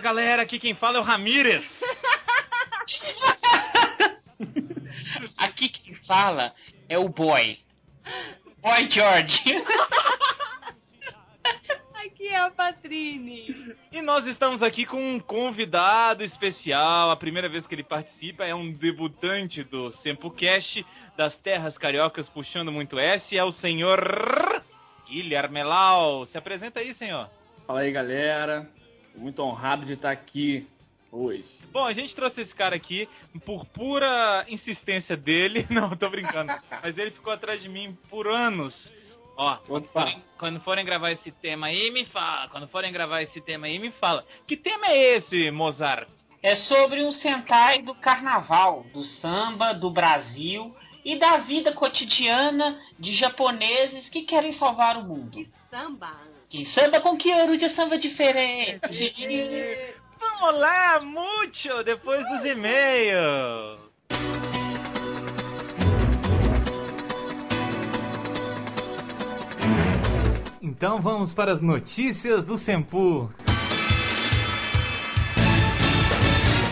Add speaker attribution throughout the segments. Speaker 1: galera, aqui quem fala é o Ramírez.
Speaker 2: aqui quem fala é o boy. Boy George.
Speaker 3: Aqui é a Patrine.
Speaker 1: E nós estamos aqui com um convidado especial. A primeira vez que ele participa é um debutante do Sempocast das Terras Cariocas, puxando muito S. É o senhor Guilherme Lau. Se apresenta aí, senhor.
Speaker 4: Fala aí, galera. Tô muito honrado de estar aqui hoje.
Speaker 1: Bom, a gente trouxe esse cara aqui por pura insistência dele. Não, tô brincando. Mas ele ficou atrás de mim por anos. Ó, quando
Speaker 4: Opa.
Speaker 1: forem, quando forem gravar esse tema aí, me fala. Quando forem gravar esse tema aí, me fala. Que tema é esse, Mozart?
Speaker 2: É sobre um Sentai do carnaval, do samba, do Brasil e da vida cotidiana de japoneses que querem salvar o mundo.
Speaker 3: Que samba.
Speaker 2: Quem samba com que ouro de samba diferente.
Speaker 1: Vamos lá, muito depois dos e-mails.
Speaker 5: Então vamos para as notícias do Sempu.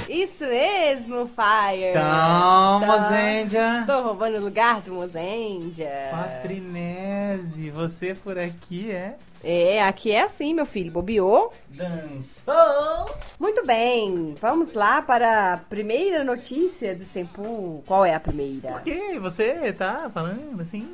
Speaker 6: Isso mesmo, Fire. Tá.
Speaker 5: Então, Mozendia.
Speaker 6: Estou roubando o lugar do Mozendia.
Speaker 5: Patrinese, você por aqui é?
Speaker 6: É, aqui é assim, meu filho. Bobeou.
Speaker 5: Dançou!
Speaker 6: Muito bem, vamos lá para a primeira notícia do Sempu. Qual é a primeira?
Speaker 5: Que você tá falando assim?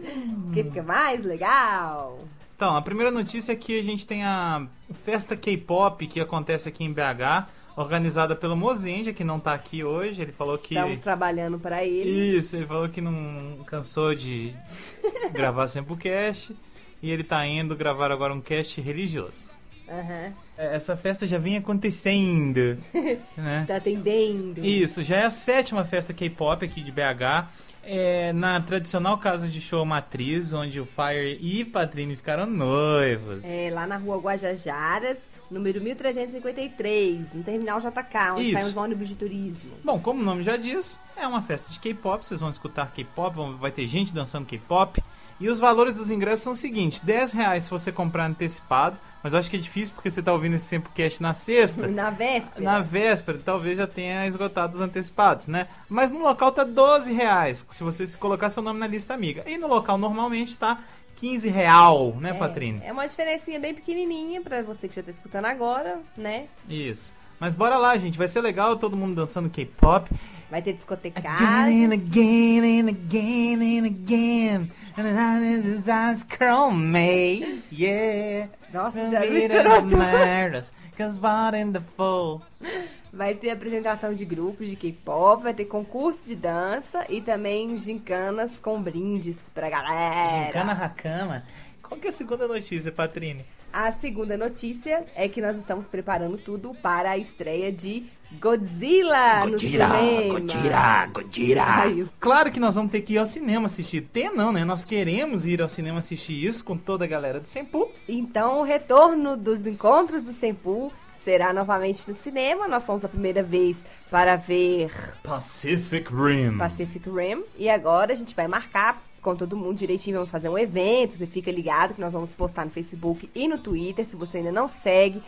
Speaker 6: Que fica mais legal.
Speaker 5: Então, a primeira notícia é que a gente tem a festa K-pop que acontece aqui em BH, organizada pelo Mozendia, que não tá aqui hoje. Ele falou que.
Speaker 6: Estamos trabalhando para ele.
Speaker 5: Isso, ele falou que não cansou de gravar sempre o cast. E ele tá indo gravar agora um cast religioso.
Speaker 6: Aham.
Speaker 5: É, Essa festa já vem acontecendo, né?
Speaker 6: Tá atendendo.
Speaker 5: Isso, já é a sétima festa K-pop aqui de BH. É, na tradicional casa de show matriz, onde o Fire e Patrine ficaram noivos.
Speaker 6: É, lá na rua Guajajaras, número 1353, no terminal JK, onde
Speaker 5: Isso.
Speaker 6: saem os ônibus de turismo.
Speaker 5: Bom, como o nome já diz, é uma festa de K-pop, vocês vão escutar K-pop, vão- vai ter gente dançando K-pop. E os valores dos ingressos são os seguintes: 10 reais se você comprar antecipado, mas eu acho que é difícil porque você tá ouvindo esse Sempocast na sexta.
Speaker 6: Na véspera.
Speaker 5: Na véspera, talvez já tenha esgotado os antecipados, né? Mas no local tá 12 reais, se você se colocar seu nome na lista amiga. E no local normalmente tá 15 real, né, Patrine?
Speaker 6: É uma diferencinha bem pequenininha pra você que já tá escutando agora, né?
Speaker 5: Isso. Mas bora lá, gente, vai ser legal todo mundo dançando K-pop.
Speaker 6: Vai ter Ah,
Speaker 5: Again and
Speaker 6: discotecagem.
Speaker 5: again and again and again. And I is as chrome May. Yeah.
Speaker 6: Nossa,
Speaker 5: And
Speaker 6: já
Speaker 5: beat
Speaker 6: misturou
Speaker 5: the
Speaker 6: tudo.
Speaker 5: matters, Cause what in the fall.
Speaker 6: Vai ter apresentação de grupos de K-pop, vai ter concurso de dança e também gincanas com brindes pra galera.
Speaker 5: Gincana Hakama. Qual que é a segunda notícia, Patrine?
Speaker 6: A segunda notícia é que nós estamos preparando tudo para a estreia de Godzilla, no cinema.
Speaker 5: Godira.
Speaker 6: Ai,
Speaker 5: Claro que nós vamos ter que ir ao cinema assistir. Tem não, né? Nós queremos ir ao cinema assistir isso com toda a galera do Sempu.
Speaker 6: Então, o retorno dos encontros do Senpu será novamente no cinema. Nós fomos a primeira vez para ver
Speaker 5: Pacific Rim.
Speaker 6: Pacific Rim. E agora a gente vai marcar com todo mundo direitinho, vamos fazer um evento, você fica ligado que nós vamos postar no Facebook e no Twitter, se você ainda não segue,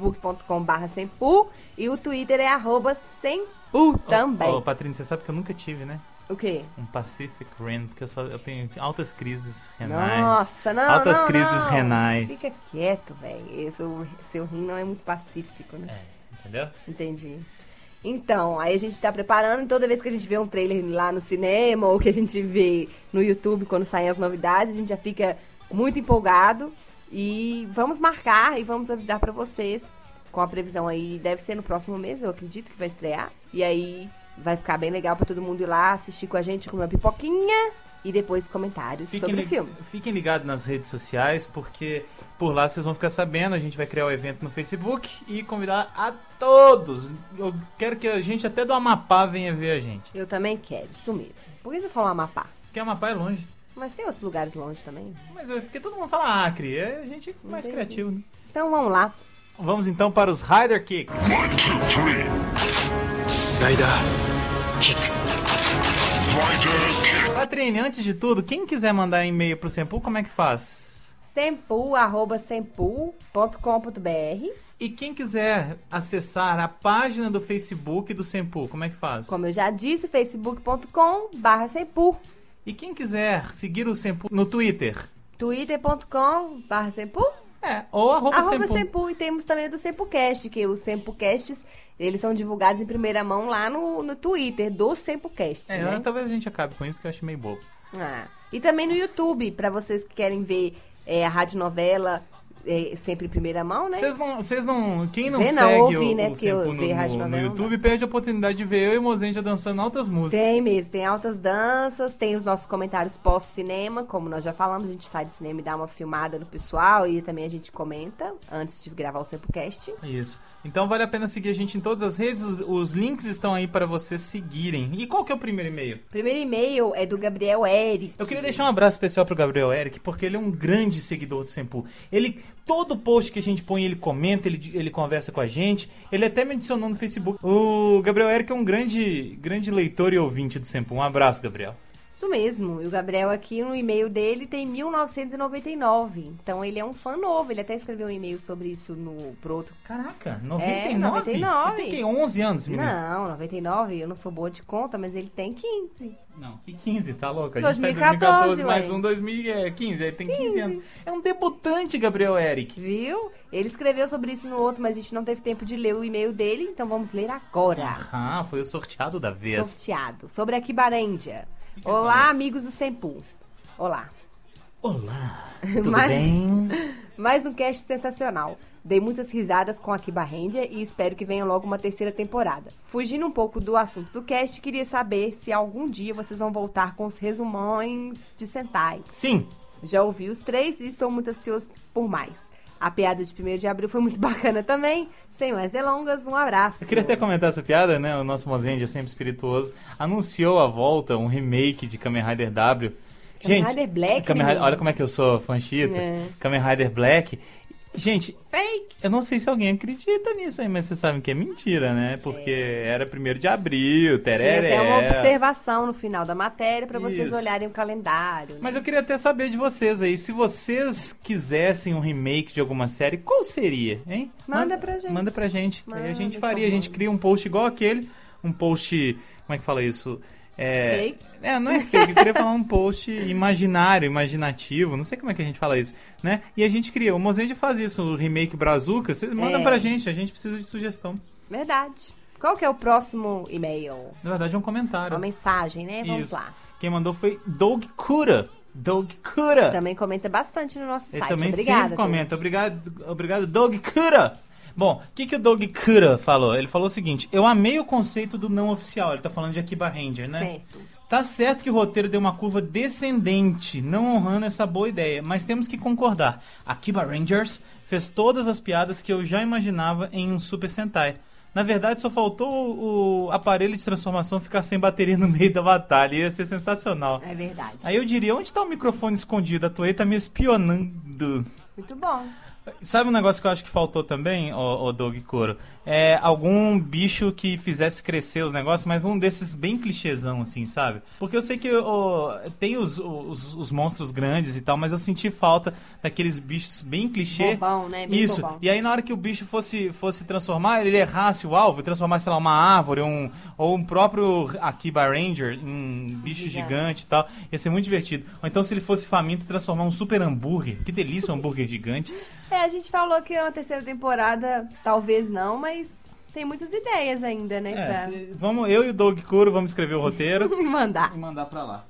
Speaker 6: facebook.com.br Sempu, e o Twitter é arroba Sempu também.
Speaker 5: Ô, Patrine, você sabe que eu nunca tive, né?
Speaker 6: O quê?
Speaker 5: Um Pacific Rim, porque eu, só, eu tenho altas crises renais.
Speaker 6: Nossa, não,
Speaker 5: Altas
Speaker 6: não,
Speaker 5: crises
Speaker 6: não.
Speaker 5: renais.
Speaker 6: Fica quieto, velho, seu, seu rim não é muito pacífico, né?
Speaker 5: Entendeu?
Speaker 6: Entendi. Então, aí a gente tá preparando, e toda vez que a gente vê um trailer lá no cinema ou que a gente vê no YouTube quando saem as novidades, a gente já fica muito empolgado e vamos marcar e vamos avisar pra vocês com a previsão aí, deve ser no próximo mês, eu acredito que vai estrear. E aí vai ficar bem legal pra todo mundo ir lá assistir com a gente, comer uma pipoquinha e depois comentários sobre
Speaker 5: li-
Speaker 6: o filme.
Speaker 5: Fiquem ligados nas redes sociais, porque por lá vocês vão ficar sabendo. A gente vai criar o evento no Facebook e convidar a todos. Eu quero que a gente até do Amapá venha ver a gente.
Speaker 6: Eu também quero, isso mesmo. Por que você falou Amapá?
Speaker 5: Porque Amapá é longe.
Speaker 6: Mas tem outros lugares longe também.
Speaker 5: Mas é porque todo mundo fala Acre, é a gente mais
Speaker 6: Entendi.
Speaker 5: criativo. Né?
Speaker 6: Então vamos lá.
Speaker 5: Vamos então para os Rider Kicks. Patrine, antes de tudo, quem quiser mandar e-mail pro Sempul, como é que faz?
Speaker 6: Sempu, arroba sempu.com.br.
Speaker 5: E quem quiser acessar a página do Facebook do Sempu, como é que faz?
Speaker 6: Como eu já disse, facebook.com barra sempu.
Speaker 5: E quem quiser seguir o Sempu no Twitter?
Speaker 6: twitter.com barra sempu.
Speaker 5: É, ou arroba,
Speaker 6: Arroba
Speaker 5: Sempu.
Speaker 6: Sempu. E temos também o do Sempucast, que os Sempucasts, eles são divulgados em primeira mão lá no, no Twitter do Sempucast,
Speaker 5: É,
Speaker 6: né?
Speaker 5: talvez a gente acabe com isso que eu acho meio bobo.
Speaker 6: Ah, e também no YouTube, pra vocês que querem ver é, a rádio novela é, sempre em primeira mão, né?
Speaker 5: Vocês não, vocês não. Quem não
Speaker 6: Vê não,
Speaker 5: segue
Speaker 6: ouve,
Speaker 5: o,
Speaker 6: né,
Speaker 5: o
Speaker 6: porque eu
Speaker 5: Sempu
Speaker 6: ver rádio
Speaker 5: no, no, no
Speaker 6: novela não
Speaker 5: YouTube perde a oportunidade de ver eu e o Mozenja dançando altas músicas.
Speaker 6: Tem mesmo, tem altas danças, tem os nossos comentários pós-cinema, como nós já falamos, a gente sai do cinema e dá uma filmada no pessoal e também a gente comenta antes de gravar o Sempocast.
Speaker 5: Isso. Então vale a pena seguir a gente em todas as redes, os, os links estão aí para vocês seguirem. E qual que é o primeiro e-mail?
Speaker 6: Primeiro e-mail é do Gabriel Eric.
Speaker 5: Eu queria deixar um abraço especial pro Gabriel Eric, porque ele é um grande seguidor do Sempu. Ele, todo post que a gente põe, ele comenta, ele, ele conversa com a gente. Ele até me adicionou no Facebook. O Gabriel Eric é um grande, grande leitor e ouvinte do Sempu. Um abraço, Gabriel.
Speaker 6: Isso mesmo, e o Gabriel aqui no e-mail dele tem 1999, então ele é um fã novo, ele até escreveu um e-mail sobre isso no, pro outro
Speaker 5: Caraca, 99?
Speaker 6: 99.
Speaker 5: Ele tem que 11 anos, menino?
Speaker 6: Não, 99, eu não sou boa de conta, mas ele tem 15.
Speaker 5: Não, que 15, tá louco? A gente
Speaker 6: 2014,
Speaker 5: tá em 2014, mais
Speaker 6: ué.
Speaker 5: um 2015, aí tem 15, anos. É um debutante, Gabriel Eric.
Speaker 6: Viu? Ele escreveu sobre isso no outro, mas a gente não teve tempo de ler o e-mail dele, então vamos ler agora.
Speaker 5: Ah, foi o sorteado da vez.
Speaker 6: Sorteado. Sobre a Kibarândia. Olá, amigos do Sempu. Olá.
Speaker 5: Olá, tudo
Speaker 6: Mas-
Speaker 5: bem?
Speaker 6: Mais um cast sensacional. Dei muitas risadas com a Kibarândia e espero que venha logo uma terceira temporada. Fugindo um pouco do assunto do cast, queria saber se algum dia vocês vão voltar com os resumões de Sentai.
Speaker 5: Sim,
Speaker 6: Já ouvi os três e estou muito ansioso por mais. A piada de 1 de abril foi muito bacana também. Sem mais delongas, um abraço.
Speaker 5: Eu queria até comentar essa piada, né? O nosso Mozendia, sempre espirituoso, anunciou a volta, um remake de Kamen Rider W.
Speaker 6: Kamen
Speaker 5: Gente,
Speaker 6: Rider Black, né,
Speaker 5: Kamen Rider-
Speaker 6: menino.
Speaker 5: olha como é que eu sou fanchita.
Speaker 6: É.
Speaker 5: Kamen Rider Black. Gente, fake. Eu não sei se alguém acredita nisso aí, mas vocês sabem que é mentira, né? Porque era 1 de abril,
Speaker 6: É. Tinha
Speaker 5: tereré.
Speaker 6: até uma observação no final da matéria para vocês
Speaker 5: É. Isso.
Speaker 6: olharem o calendário. né?
Speaker 5: Mas eu queria até saber de vocês aí, se vocês quisessem um remake de alguma série, qual seria, hein?
Speaker 6: Manda pra gente.
Speaker 5: Manda pra gente. aí a
Speaker 6: Manda,
Speaker 5: gente
Speaker 6: por
Speaker 5: faria, a gente
Speaker 6: favor.
Speaker 5: cria um post igual aquele, um post, como é que fala isso? É,
Speaker 6: Fake?
Speaker 5: é, não é fake, eu queria falar um post imaginário, imaginativo, não sei como é que a gente fala isso, né? E a gente cria, o Mozende faz isso, o remake Brazuca, vocês mandam
Speaker 6: É.
Speaker 5: pra gente, a gente precisa de sugestão.
Speaker 6: Verdade. Qual que é o próximo e-mail?
Speaker 5: Na verdade é um comentário.
Speaker 6: Uma mensagem, né? Vamos
Speaker 5: Isso.
Speaker 6: lá.
Speaker 5: Quem mandou foi Doug Cura. Doug Cura.
Speaker 6: Também comenta bastante no nosso
Speaker 5: Ele
Speaker 6: site.
Speaker 5: também
Speaker 6: Obrigada.
Speaker 5: sempre comenta. Obrigado, obrigado, Doug Cura. Bom, o que, que o Doug Cura falou? Ele falou o seguinte: eu amei o conceito do não oficial. Ele tá falando de Akiba Ranger,
Speaker 6: Dudu.
Speaker 5: né?
Speaker 6: Certo.
Speaker 5: Tá certo que o roteiro deu uma curva descendente, não honrando essa boa ideia, mas temos que concordar. Akiba Rangers fez todas as piadas que eu já imaginava em um Super Sentai. Na verdade, só faltou o aparelho de transformação ficar sem bateria no meio da batalha. Ia ser sensacional.
Speaker 6: É verdade.
Speaker 5: Aí eu diria, onde tá o microfone escondido? A Toei tá me espionando.
Speaker 6: Muito bom.
Speaker 5: Sabe um negócio que eu acho que faltou também, ô, ô Doug Coro? É algum bicho que fizesse crescer os negócios, mas um desses bem clichêzão, assim, sabe? Porque eu sei que ô, tem os, os, os monstros grandes e tal, mas eu senti falta daqueles bichos bem clichê.
Speaker 6: Bobão, né? Bem
Speaker 5: Isso.
Speaker 6: bobão.
Speaker 5: E aí na hora que o bicho fosse, fosse transformar, ele errasse o alvo, e transformasse, sei lá, uma árvore um, ou um próprio Akiba Ranger em um bicho
Speaker 6: Gigante.
Speaker 5: gigante. e tal. Ia ser muito divertido. Ou então se ele fosse faminto, transformar um super hambúrguer. Que delícia um hambúrguer gigante.
Speaker 6: É, a gente falou que é uma terceira temporada, talvez não, mas tem muitas ideias ainda, né?
Speaker 5: É,
Speaker 6: pra
Speaker 5: se- vamos, eu e o Doug Curo vamos escrever o roteiro.
Speaker 6: mandar.
Speaker 7: E mandar pra lá.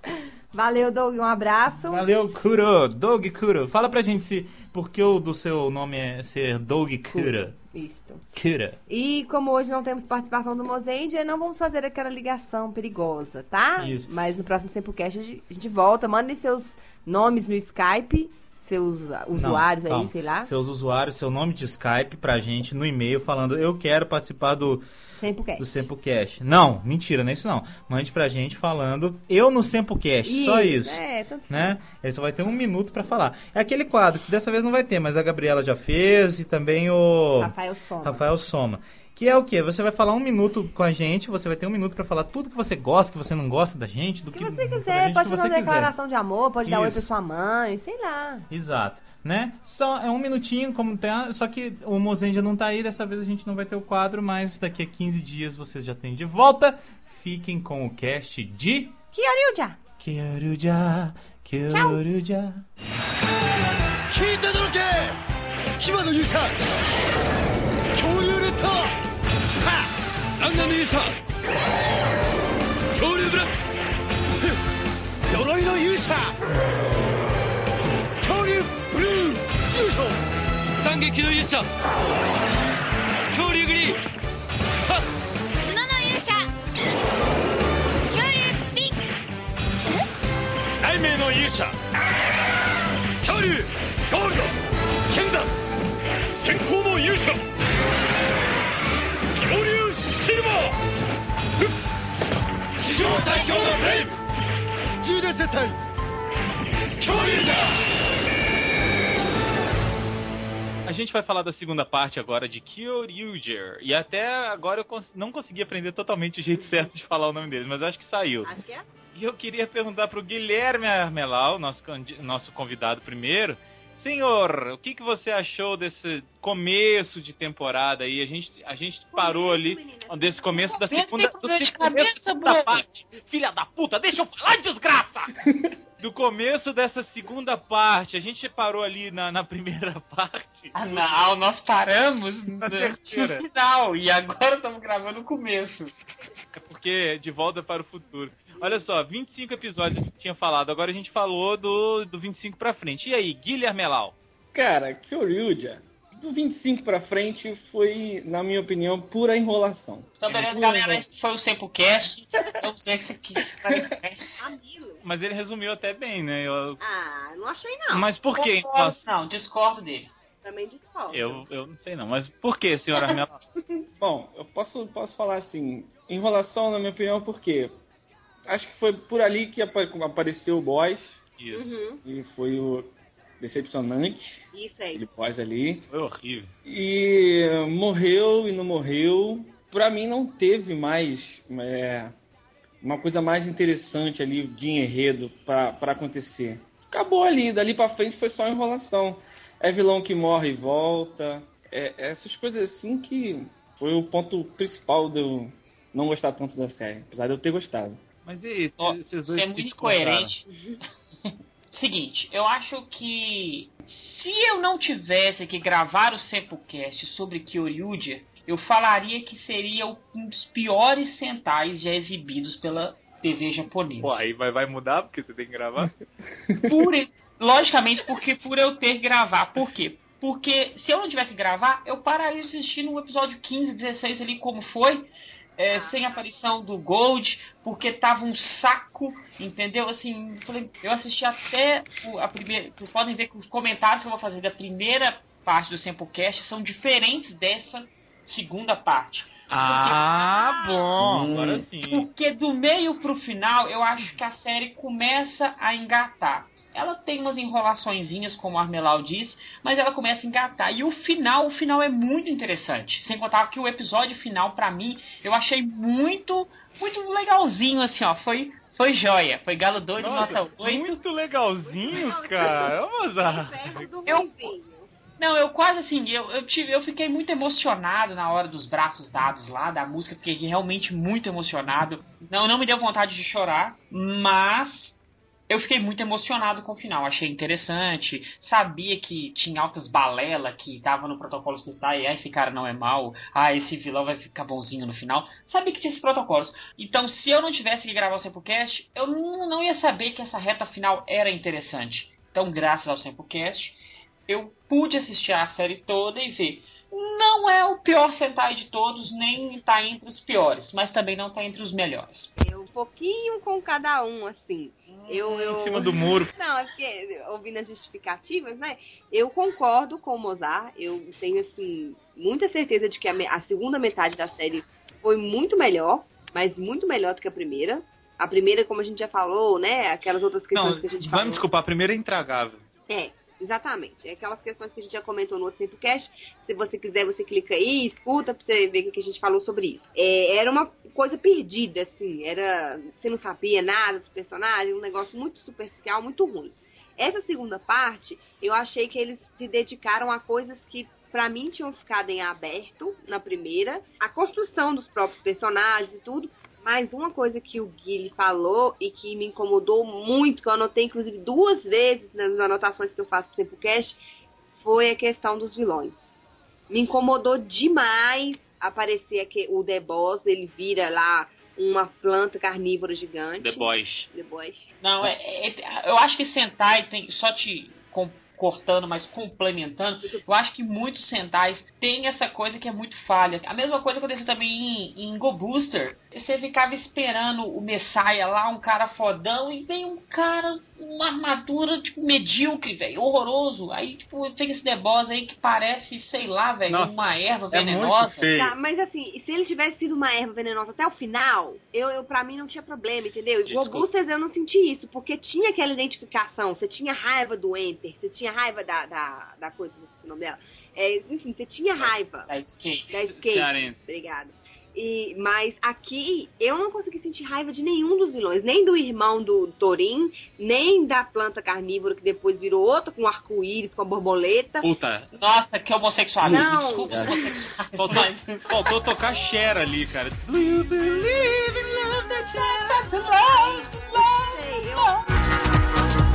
Speaker 6: Valeu, Doug, um abraço.
Speaker 5: Valeu, Curo, Doug Curo. Fala pra gente se por que o do seu nome é ser Doug Curo.
Speaker 6: Isto.
Speaker 5: Cura.
Speaker 6: E como hoje não temos participação do Mozendia, não vamos fazer aquela ligação perigosa, tá?
Speaker 5: Isso.
Speaker 6: Mas no próximo Sempocast a gente- a gente volta. Mandem seus nomes no Skype, seus ah, usuários aí, sei lá.
Speaker 5: Seus usuários, seu nome de Skype pra gente no e-mail falando eu quero participar do,
Speaker 6: Sempocast.
Speaker 5: do Sempocast. Não, mentira, não é isso não. Mande pra gente falando eu no Sempocast, só isso.
Speaker 6: É, tanto
Speaker 5: né? Ele só vai ter um minuto pra falar. É aquele quadro que dessa vez não vai ter, mas a Gabriela já fez e também o...
Speaker 6: Rafael Soma.
Speaker 5: Rafael Soma. Que é o quê? Você vai falar um minuto com a gente, você vai ter um minuto pra falar tudo que você gosta, que você não gosta da gente, do
Speaker 8: O
Speaker 5: que,
Speaker 8: que você
Speaker 5: da
Speaker 8: quiser,
Speaker 5: gente
Speaker 8: pode fazer
Speaker 5: que você
Speaker 8: uma
Speaker 5: quiser.
Speaker 8: declaração de amor, pode dar oi pra
Speaker 5: Isso.
Speaker 8: sua mãe, sei lá.
Speaker 5: Exato, né? Só é um minutinho, como tá, só que o Mozendia não tá aí, dessa vez a gente não vai ter o quadro, mas daqui a 15 dias vocês já têm de volta. Fiquem com o cast de
Speaker 8: Que Oriudia!
Speaker 5: Kyoryuja, Kyoryuja.
Speaker 9: 聞いてどけ牙の勇者恐竜レッドはあランナーの勇者恐竜ブラックふっ鎧の勇者恐竜ブルー勇者斬撃の勇者恐竜グリーン
Speaker 10: 角の勇者恐竜ピンク
Speaker 9: 雷鳴の勇者恐竜ゴールド剣だ先行の勇者恐竜シルバーふっ史上最強のブレイブ充電絶対恐竜じゃ
Speaker 1: A gente vai falar da segunda parte agora de Kyoryuger. E até agora eu cons- não consegui aprender totalmente o jeito certo de falar o nome dele, mas acho que saiu.
Speaker 6: Acho que é.
Speaker 1: E eu queria perguntar pro Guilherme Armelau, nosso, candi- nosso convidado primeiro. Senhor, o que, que você achou desse começo de temporada aí? A gente, a gente parou ali
Speaker 6: Menina,
Speaker 1: desse começo da
Speaker 2: Começo
Speaker 1: segunda,
Speaker 2: tem
Speaker 1: do
Speaker 2: problema de
Speaker 1: começo da
Speaker 2: cabeça,
Speaker 1: segunda
Speaker 2: Bruno.
Speaker 1: parte. Filha da puta, deixa eu falar, desgraça! do começo dessa segunda parte. A gente parou ali na, na primeira parte. tá
Speaker 2: Ah, não, nós paramos no
Speaker 1: terceira.
Speaker 2: final e agora estamos gravando o começo.
Speaker 1: porque de volta para o futuro. Olha só, 25 episódios a gente tinha falado, agora a gente falou do, do 25 pra frente. E aí, Guilherme Lau?
Speaker 11: Cara, Kyoryuja, do 25 pra frente foi, na minha opinião, pura enrolação.
Speaker 2: Então, beleza, galera, esse foi o Sempocast. Vamos ver se aqui.
Speaker 6: Camilo.
Speaker 1: Mas ele resumiu até bem, né? Eu-
Speaker 6: é Ah, não achei não.
Speaker 1: Mas por que?
Speaker 2: Discordo, não, discordo dele.
Speaker 6: Também de falta.
Speaker 1: Eu, eu não sei não, mas por que, senhora Armela?
Speaker 11: Bom, eu posso, posso falar assim, enrolação na minha opinião, porque acho que foi por ali que apa- apareceu o boss
Speaker 1: Isso,
Speaker 6: Uhum.
Speaker 11: e foi o decepcionante,
Speaker 6: Isso aí.
Speaker 11: aquele boss ali.
Speaker 1: foi horrível.
Speaker 11: E morreu e não morreu. Pra mim não teve mais é, uma coisa mais interessante ali de enredo pra, pra acontecer. Acabou ali, dali pra frente foi só enrolação. É vilão que morre e volta. É- essas coisas assim que foi o ponto principal de eu não gostar tanto da série. Apesar de eu ter gostado.
Speaker 1: Mas e aí,
Speaker 2: Ó,
Speaker 1: esses
Speaker 2: Isso
Speaker 1: dois
Speaker 2: é
Speaker 1: que
Speaker 2: muito
Speaker 1: te compraram?
Speaker 2: incoerente. Seguinte, eu acho que se eu não tivesse que gravar o Sempocast sobre Kyoryuja, eu falaria que seria um dos piores centais já exibidos pela TV japonesa.
Speaker 1: Pô, aí vai, vai mudar porque você tem que gravar?
Speaker 2: Por, logicamente, porque por eu ter que gravar. Por quê? Porque se eu não tivesse que gravar, eu pararia de assistir no episódio 15, 16 ali como foi. é, sem aparição do Gold, porque tava um saco, entendeu? Assim, eu falei, eu assisti até o- a primeira. Vocês podem ver que os comentários que eu vou fazer da primeira parte do Samplecast são diferentes dessa segunda parte.
Speaker 1: Ah, bom,
Speaker 11: Hum.
Speaker 1: agora sim.
Speaker 2: Porque do meio pro final, eu acho que a série começa a engatar. Ela tem umas enrolaçõezinhas, como a Armelau diz, mas ela começa a engatar. E o final, o final é muito interessante. Sem contar que o episódio final, pra mim, eu achei muito, muito legalzinho, assim, ó. Foi, foi joia. Foi galo doido,
Speaker 1: Nossa,
Speaker 2: nota 8.
Speaker 1: muito legalzinho, cara. Vamos lá.
Speaker 6: Perto do
Speaker 2: Eu-
Speaker 6: ruizinho.
Speaker 2: Não, eu quase assim, eu, eu, tive, eu fiquei muito emocionado na hora dos braços dados lá, da música, fiquei realmente muito emocionado. Não, não me deu vontade de chorar, mas eu fiquei muito emocionado com o final, achei interessante, sabia que tinha altas balela que tava no protocolo especial, ai, esse cara não é mal, ah, esse vilão vai ficar bonzinho no final, sabia que tinha esses protocolos. Então, se eu não tivesse que gravar o Sempocast, eu não não ia saber que essa reta final era interessante. Então, graças ao Sempocast, eu pude assistir a série toda e ver. Não é o pior Sentai de todos, nem tá entre os piores, mas também não tá entre os melhores.
Speaker 6: Eu, um pouquinho com cada um, assim. Eu, eu...
Speaker 1: Hum, Em cima do muro.
Speaker 6: Não, é porque, ouvindo as justificativas, né? Eu concordo com o Mozart. Eu tenho, assim, muita certeza de que a, me- a segunda metade da série foi muito melhor, mas muito melhor do que a primeira. A primeira, como a gente já falou, né? Aquelas outras questões
Speaker 1: Não,
Speaker 6: que a gente
Speaker 1: vai
Speaker 6: falou.
Speaker 1: me desculpar, primeiro é intragável.
Speaker 6: É. Exatamente. É aquelas questões que a gente já comentou no outro Simplecast. Se você quiser, você clica aí, escuta pra você ver o que que a gente falou sobre isso. É, era uma coisa perdida, assim. Era. Você não sabia nada dos personagens, um negócio muito superficial, muito ruim. Essa segunda parte, eu achei que eles se dedicaram a coisas que pra mim tinham ficado em aberto na primeira, a construção dos próprios personagens e tudo. Mas uma coisa que o Guilherme falou e que me incomodou muito, que eu anotei inclusive duas vezes nas anotações que eu faço sempre cast, foi a questão dos vilões. Me incomodou demais aparecer aqui, o The Boss, ele vira lá uma planta carnívora gigante.
Speaker 1: The Boys.
Speaker 6: The Boys.
Speaker 2: Não, é, é- eu acho que Sentai tem. Só te com- cortando, mas complementando. Eu acho que muitos Sentais têm essa coisa que é muito falha. A mesma coisa aconteceu também em, em Go Booster. Você ficava esperando o Messiah lá, um cara fodão, e vem um cara, uma armadura, tipo, medíocre, velho. Horroroso. Aí, tipo, tem esse debosa aí que parece, sei lá, velho,
Speaker 1: Nossa,
Speaker 2: uma erva
Speaker 11: É muito
Speaker 2: venenosa.
Speaker 11: feio.
Speaker 6: Tá, mas assim, se ele tivesse sido uma erva venenosa até o final, eu, eu para mim não tinha problema, entendeu? Igual
Speaker 1: Desculpa.
Speaker 6: Boosters eu não senti isso, porque tinha aquela identificação, você tinha raiva do Enter, você tinha raiva da, da, da coisa, não sei o nome dela. É, enfim, você tinha raiva
Speaker 2: Aí, que-
Speaker 6: da skate,
Speaker 1: Cearense.
Speaker 6: obrigada. E, mas aqui eu não consegui sentir raiva de nenhum dos vilões, nem do irmão do Torin, nem da planta carnívora que depois virou outra com arco-íris, com a borboleta.
Speaker 1: Puta,
Speaker 2: Nossa, que homossexualismo.
Speaker 6: Não.
Speaker 2: Desculpa os homossexuais.
Speaker 1: faltou,
Speaker 2: mas-
Speaker 1: faltou tocar Cher ali, cara.
Speaker 6: Sei, eu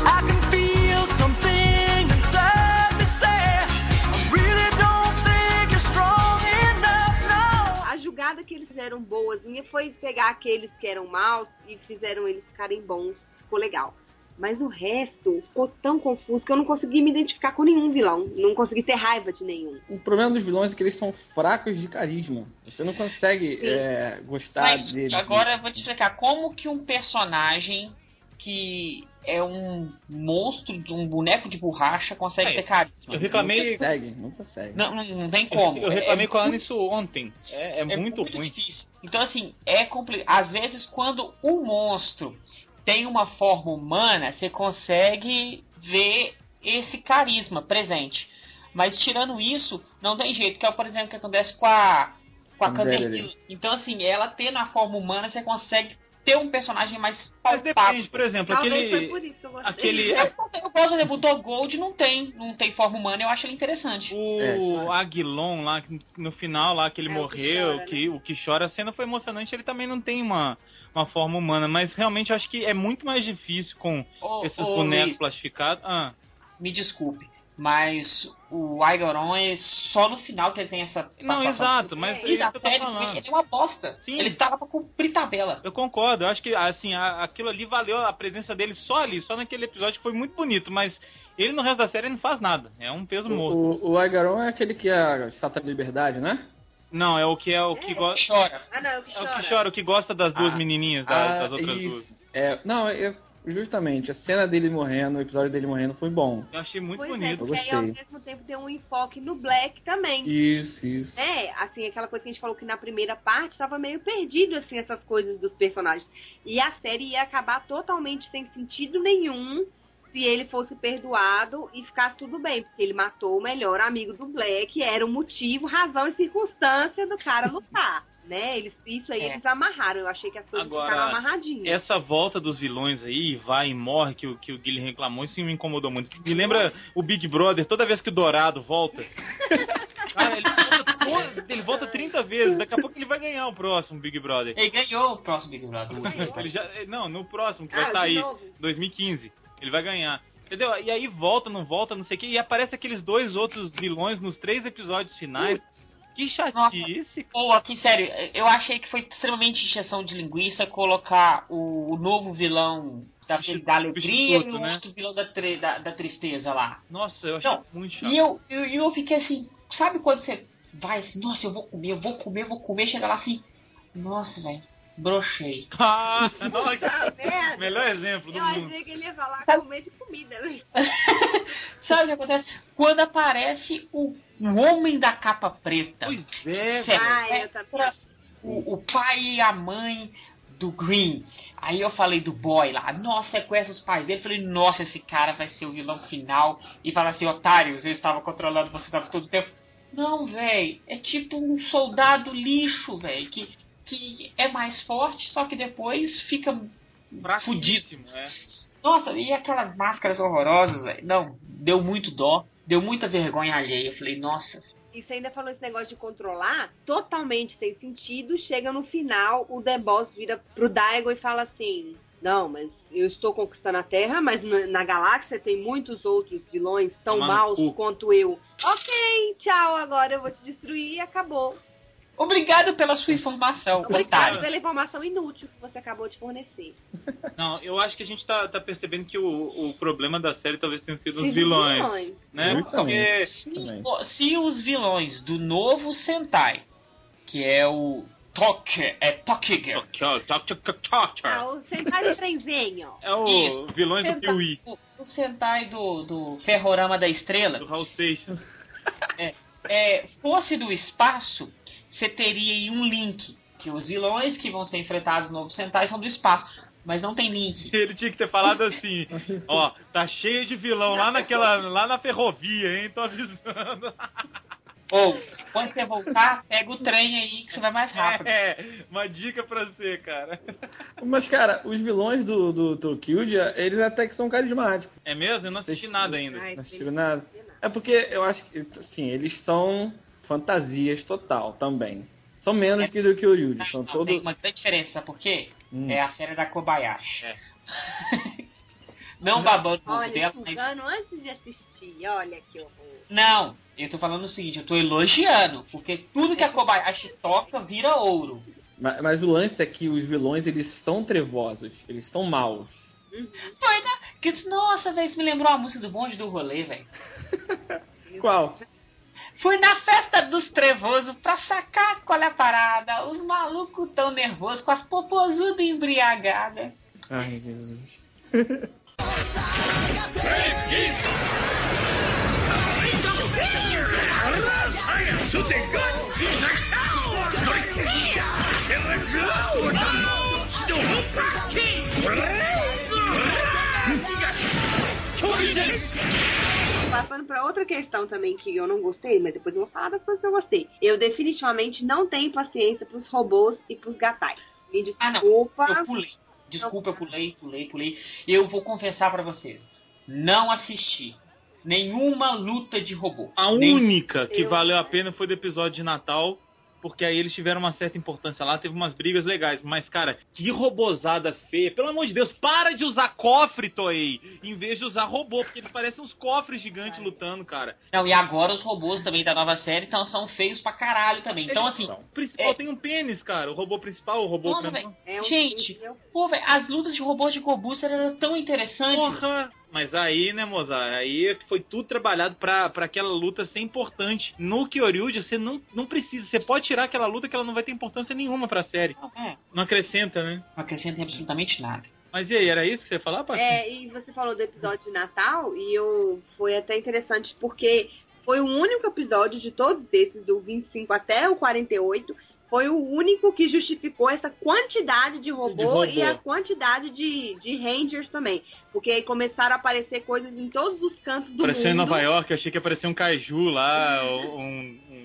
Speaker 12: I can feel something inside me say I really don't think you're strong enough now.
Speaker 6: A julgada que eles fizeram boazinha foi pegar aqueles que eram maus e fizeram eles ficarem bons. Ficou legal. Mas o resto ficou tão confuso que eu não consegui me identificar com nenhum vilão. Não consegui ter raiva de nenhum.
Speaker 11: O problema dos vilões é que eles são fracos de carisma. Você não consegue
Speaker 6: Sim.
Speaker 11: é, gostar
Speaker 2: Mas
Speaker 11: deles.
Speaker 2: agora eu vou te explicar como que um personagem que é um monstro, de um boneco de borracha, consegue
Speaker 1: É,
Speaker 2: ter carisma.
Speaker 1: eu reclamei-
Speaker 11: Não consegue, não consegue.
Speaker 2: Não, não, não tem como.
Speaker 1: Eu reclamei
Speaker 2: É-
Speaker 1: com a Ana isso ontem. É, é
Speaker 2: é
Speaker 1: muito ruim.
Speaker 2: difícil. Então, assim, é complicado. Às vezes, quando o monstro tem uma forma humana, você consegue ver esse carisma presente. Mas tirando isso, não tem jeito. Que é, por exemplo, o que acontece com a, com a
Speaker 11: Kimberly.
Speaker 2: Canderdil. Então, assim, ela tendo a forma humana, você consegue ter um personagem mais
Speaker 1: Mas
Speaker 2: palpável. É
Speaker 1: depende, por exemplo,
Speaker 6: Talvez foi
Speaker 1: aquele.
Speaker 6: por isso que eu gostei.
Speaker 1: Aquele.
Speaker 2: Eu gosto- eu gosto, por exemplo, do Gold não tem, não tem forma humana, eu acho ele interessante.
Speaker 11: É,
Speaker 1: O Aguilon lá, que no final lá que ele
Speaker 6: É, o que
Speaker 1: morreu,
Speaker 6: chora, né?
Speaker 1: que, o que chora, a cena foi emocionante, ele também não tem uma, uma forma humana, mas realmente eu acho que é muito mais difícil com
Speaker 2: Ô,
Speaker 1: esses
Speaker 2: ô,
Speaker 1: bonecos
Speaker 2: Luiz,
Speaker 1: plastificados. Ah,
Speaker 2: me desculpe, mas o Aigoron é só no final que ele tem essa.
Speaker 1: não,
Speaker 2: participação.
Speaker 1: exato, mas é
Speaker 2: E
Speaker 1: isso
Speaker 2: na
Speaker 6: tá
Speaker 1: que eu tô
Speaker 2: série,
Speaker 1: falando.
Speaker 2: ele é uma bosta.
Speaker 1: Sim.
Speaker 2: Ele tá lá pra cumprir tabela.
Speaker 1: Eu concordo, eu acho que assim, a- aquilo ali valeu a presença dele só ali, só naquele episódio que foi muito bonito, mas ele no resto da série não faz nada. É um peso morto.
Speaker 11: O, o Agaron é aquele que é a estátua da liberdade, né?
Speaker 1: Não, é o que é o que
Speaker 6: É.
Speaker 1: gosta.
Speaker 2: Chora.
Speaker 6: Ah, não, eu que
Speaker 1: É o
Speaker 6: chora.
Speaker 1: que chora, o que gosta das duas
Speaker 11: Ah,
Speaker 1: menininhas, da- das, outras
Speaker 11: isso.
Speaker 1: duas.
Speaker 11: É, não, eu, justamente, a cena dele morrendo, o episódio dele morrendo foi bom.
Speaker 1: Eu achei muito
Speaker 6: Pois é,
Speaker 1: bonito.
Speaker 11: Eu
Speaker 6: porque aí ao
Speaker 11: gostei.
Speaker 6: mesmo tempo tem um enfoque no Black também.
Speaker 11: Isso, isso.
Speaker 6: É, assim, aquela coisa que a gente falou que na primeira parte tava meio perdido, assim, essas coisas dos personagens. E a série ia acabar totalmente sem sentido nenhum se ele fosse perdoado e ficasse tudo bem, porque ele matou o melhor amigo do Black, era o motivo, razão e circunstância do cara lutar, né? Eles, isso aí
Speaker 2: É.
Speaker 6: eles amarraram, eu achei que as coisas
Speaker 1: Agora,
Speaker 6: ficaram amarradinhas.
Speaker 1: Essa volta dos vilões aí, vai e morre, que, o- que o Guilherme reclamou, isso me incomodou muito. Me lembra o Big Brother, toda vez que o Dourado volta. Cara, ele volta, to- ele volta 30 vezes, daqui a pouco ele vai ganhar o próximo Big Brother.
Speaker 2: Ele ganhou o próximo Big Brother.
Speaker 1: Ele já- não, no próximo, que vai
Speaker 6: Ah, de
Speaker 1: sair.
Speaker 6: novo?
Speaker 1: 2015. Ele vai ganhar. Entendeu? E aí volta, não volta, não sei o que. E aparece aqueles dois outros vilões nos três episódios finais. Que chatice. cara.
Speaker 2: Pô, aqui, sério, eu achei que foi extremamente injeção de linguiça colocar o, o novo vilão da,
Speaker 1: Substitu-
Speaker 2: da alegria e o
Speaker 1: substituto, né?
Speaker 2: outro vilão da, tre- da- da tristeza lá.
Speaker 1: Nossa, eu achei
Speaker 2: Não,
Speaker 1: muito
Speaker 2: E
Speaker 1: chato.
Speaker 2: eu, eu, e eu fiquei assim, sabe quando você vai assim, nossa, eu vou comer, eu vou comer, eu vou comer, chega lá assim, nossa, velho, brochei.
Speaker 1: Ah, nossa,
Speaker 6: Ah, merda.
Speaker 1: melhor exemplo do
Speaker 6: Eu
Speaker 1: mundo.
Speaker 6: achei que ele ia falar
Speaker 2: Sabe-
Speaker 6: comer de comida, né?
Speaker 2: Sabe o que acontece? Quando aparece o, o homem da capa preta.
Speaker 1: Pois é,
Speaker 2: Sério. né?
Speaker 6: Ah, eu também.
Speaker 2: o, o pai e a mãe do Green. Aí eu falei do boy lá, nossa, sequestra os pais dele. Eu falei, nossa, esse cara vai ser o vilão final. E fala assim, otários, eu estava controlando você tava todo o tempo. Não, velho, é tipo um soldado lixo, velho, que, que é mais forte, só que depois fica
Speaker 1: Fudíssimo, é.
Speaker 2: nossa, e aquelas máscaras horrorosas, velho? Não, deu muito dó, deu muita vergonha alheia. Eu falei, nossa.
Speaker 6: E você ainda falou esse negócio de controlar, totalmente sem sentido. Chega no final, o The Boss vira pro Daigo e fala assim: Não, mas eu estou conquistando a Terra, mas na, na galáxia tem muitos outros vilões tão
Speaker 1: Tomar no
Speaker 6: maus
Speaker 1: cu."
Speaker 6: quanto eu. Ok, tchau, agora eu vou te destruir e acabou.
Speaker 2: Obrigado pela sua informação,
Speaker 6: Obrigado
Speaker 2: otário.
Speaker 6: pela informação inútil que você acabou de fornecer.
Speaker 1: Não, eu acho que a gente tá, tá percebendo que o, o problema da série talvez tenha sido os vilões, né? Porque
Speaker 11: Justamente, justamente.
Speaker 2: Pô, Se os vilões do novo Sentai, que é o Toque, é Tokiger,
Speaker 6: Ah, o sentar de trenzinho.
Speaker 1: é o
Speaker 2: Isso.
Speaker 1: vilões do
Speaker 2: Sentai-
Speaker 1: Piuí,
Speaker 2: o, o Sentai do, do Ferrorama da Estrela,
Speaker 1: do Raul Seixas.
Speaker 2: é, fosse do espaço, você teria aí um link. Que os vilões que vão ser enfrentados no novo Sentai são do espaço, mas não tem link.
Speaker 1: Ele tinha que ter falado assim, ó, tá cheio de vilão lá naquela, lá na ferrovia, hein? Tô avisando.
Speaker 2: Ou, quando você voltar, pega o trem aí que você vai mais rápido.
Speaker 1: É, uma dica pra você, cara.
Speaker 11: Mas, cara, os vilões do, do Tokyoja, eles até que são carismáticos.
Speaker 1: É mesmo? Eu não assisti nada ainda.
Speaker 6: Ai,
Speaker 11: Não
Speaker 6: tem-
Speaker 11: assistiram nada. É porque eu acho que, assim, eles são fantasias total também. São menos que do Kyuryuji. São
Speaker 2: Não, Tem
Speaker 11: todos.
Speaker 2: uma grande diferença, sabe por quê?
Speaker 11: Hum.
Speaker 2: É a série da Kobayashi.
Speaker 1: É.
Speaker 2: não babando o ovo
Speaker 6: Olha,
Speaker 2: dela, mas...
Speaker 6: julgando antes de assistir, olha que horror.
Speaker 2: Não, eu tô falando o seguinte, eu tô elogiando, porque tudo que a Kobayashi toca vira ouro.
Speaker 11: Mas, mas o lance é que os vilões, eles são trevosos. Eles são maus.
Speaker 2: Foi, né? Que, nossa, velho, isso me lembrou a música do bonde do rolê, velho.
Speaker 11: Qual?
Speaker 2: Fui na festa dos trevosos pra sacar qual é a parada. Os malucos tão nervosos com as popozudas embriagadas.
Speaker 11: Ai, Jesus.
Speaker 6: Passando para outra questão também que eu não gostei, mas depois eu vou falar das coisas que eu gostei. Eu definitivamente não tenho paciência pros robôs e pros gatais. Me
Speaker 2: Ah, não.
Speaker 6: desculpa.
Speaker 2: Eu pulei. Desculpa, eu pulei, pulei, pulei. Eu vou confessar pra vocês. Não assisti nenhuma luta de robô.
Speaker 1: A
Speaker 2: Nem-
Speaker 1: única que
Speaker 6: Eu-
Speaker 1: valeu a pena foi do episódio de Natal, porque aí eles tiveram uma certa importância lá, teve umas brigas legais. Mas, cara, que robozada feia. Pelo amor de Deus, para de usar cofre, Toei, em vez de usar robô, porque eles parecem uns cofres gigantes lutando, cara.
Speaker 2: Não, e agora os robôs também da nova série então, são feios pra caralho também. Então, assim,
Speaker 1: O principal
Speaker 2: É.
Speaker 1: tem um pênis, cara. O robô principal, o robô...
Speaker 2: nossa,
Speaker 1: grandão.
Speaker 2: velho.
Speaker 6: É um
Speaker 2: Gente.
Speaker 6: nível-
Speaker 2: Pô, velho, as lutas de robôs de Gobuster eram tão interessantes.
Speaker 1: Porra! Mas aí, né, Mozart, aí foi tudo trabalhado pra, pra aquela luta ser importante. No Kyoryuji, você não, não precisa, você pode tirar aquela luta que ela não vai ter importância nenhuma pra série.
Speaker 2: É,
Speaker 1: Não acrescenta, né?
Speaker 2: não acrescenta absolutamente nada.
Speaker 1: Mas e aí, era isso que você ia falar, Paty?
Speaker 6: É, e você falou do episódio de Natal e eu foi até interessante porque foi o único episódio de todos esses, do 25 até o 48, foi o único que justificou essa quantidade de robô,
Speaker 1: De robô.
Speaker 6: e a quantidade de, de Rangers também. Porque aí começaram a aparecer coisas em todos os cantos do
Speaker 1: Apareceu em
Speaker 6: mundo.
Speaker 1: Nova York, eu achei que apareceu um Kaiju lá, ou um,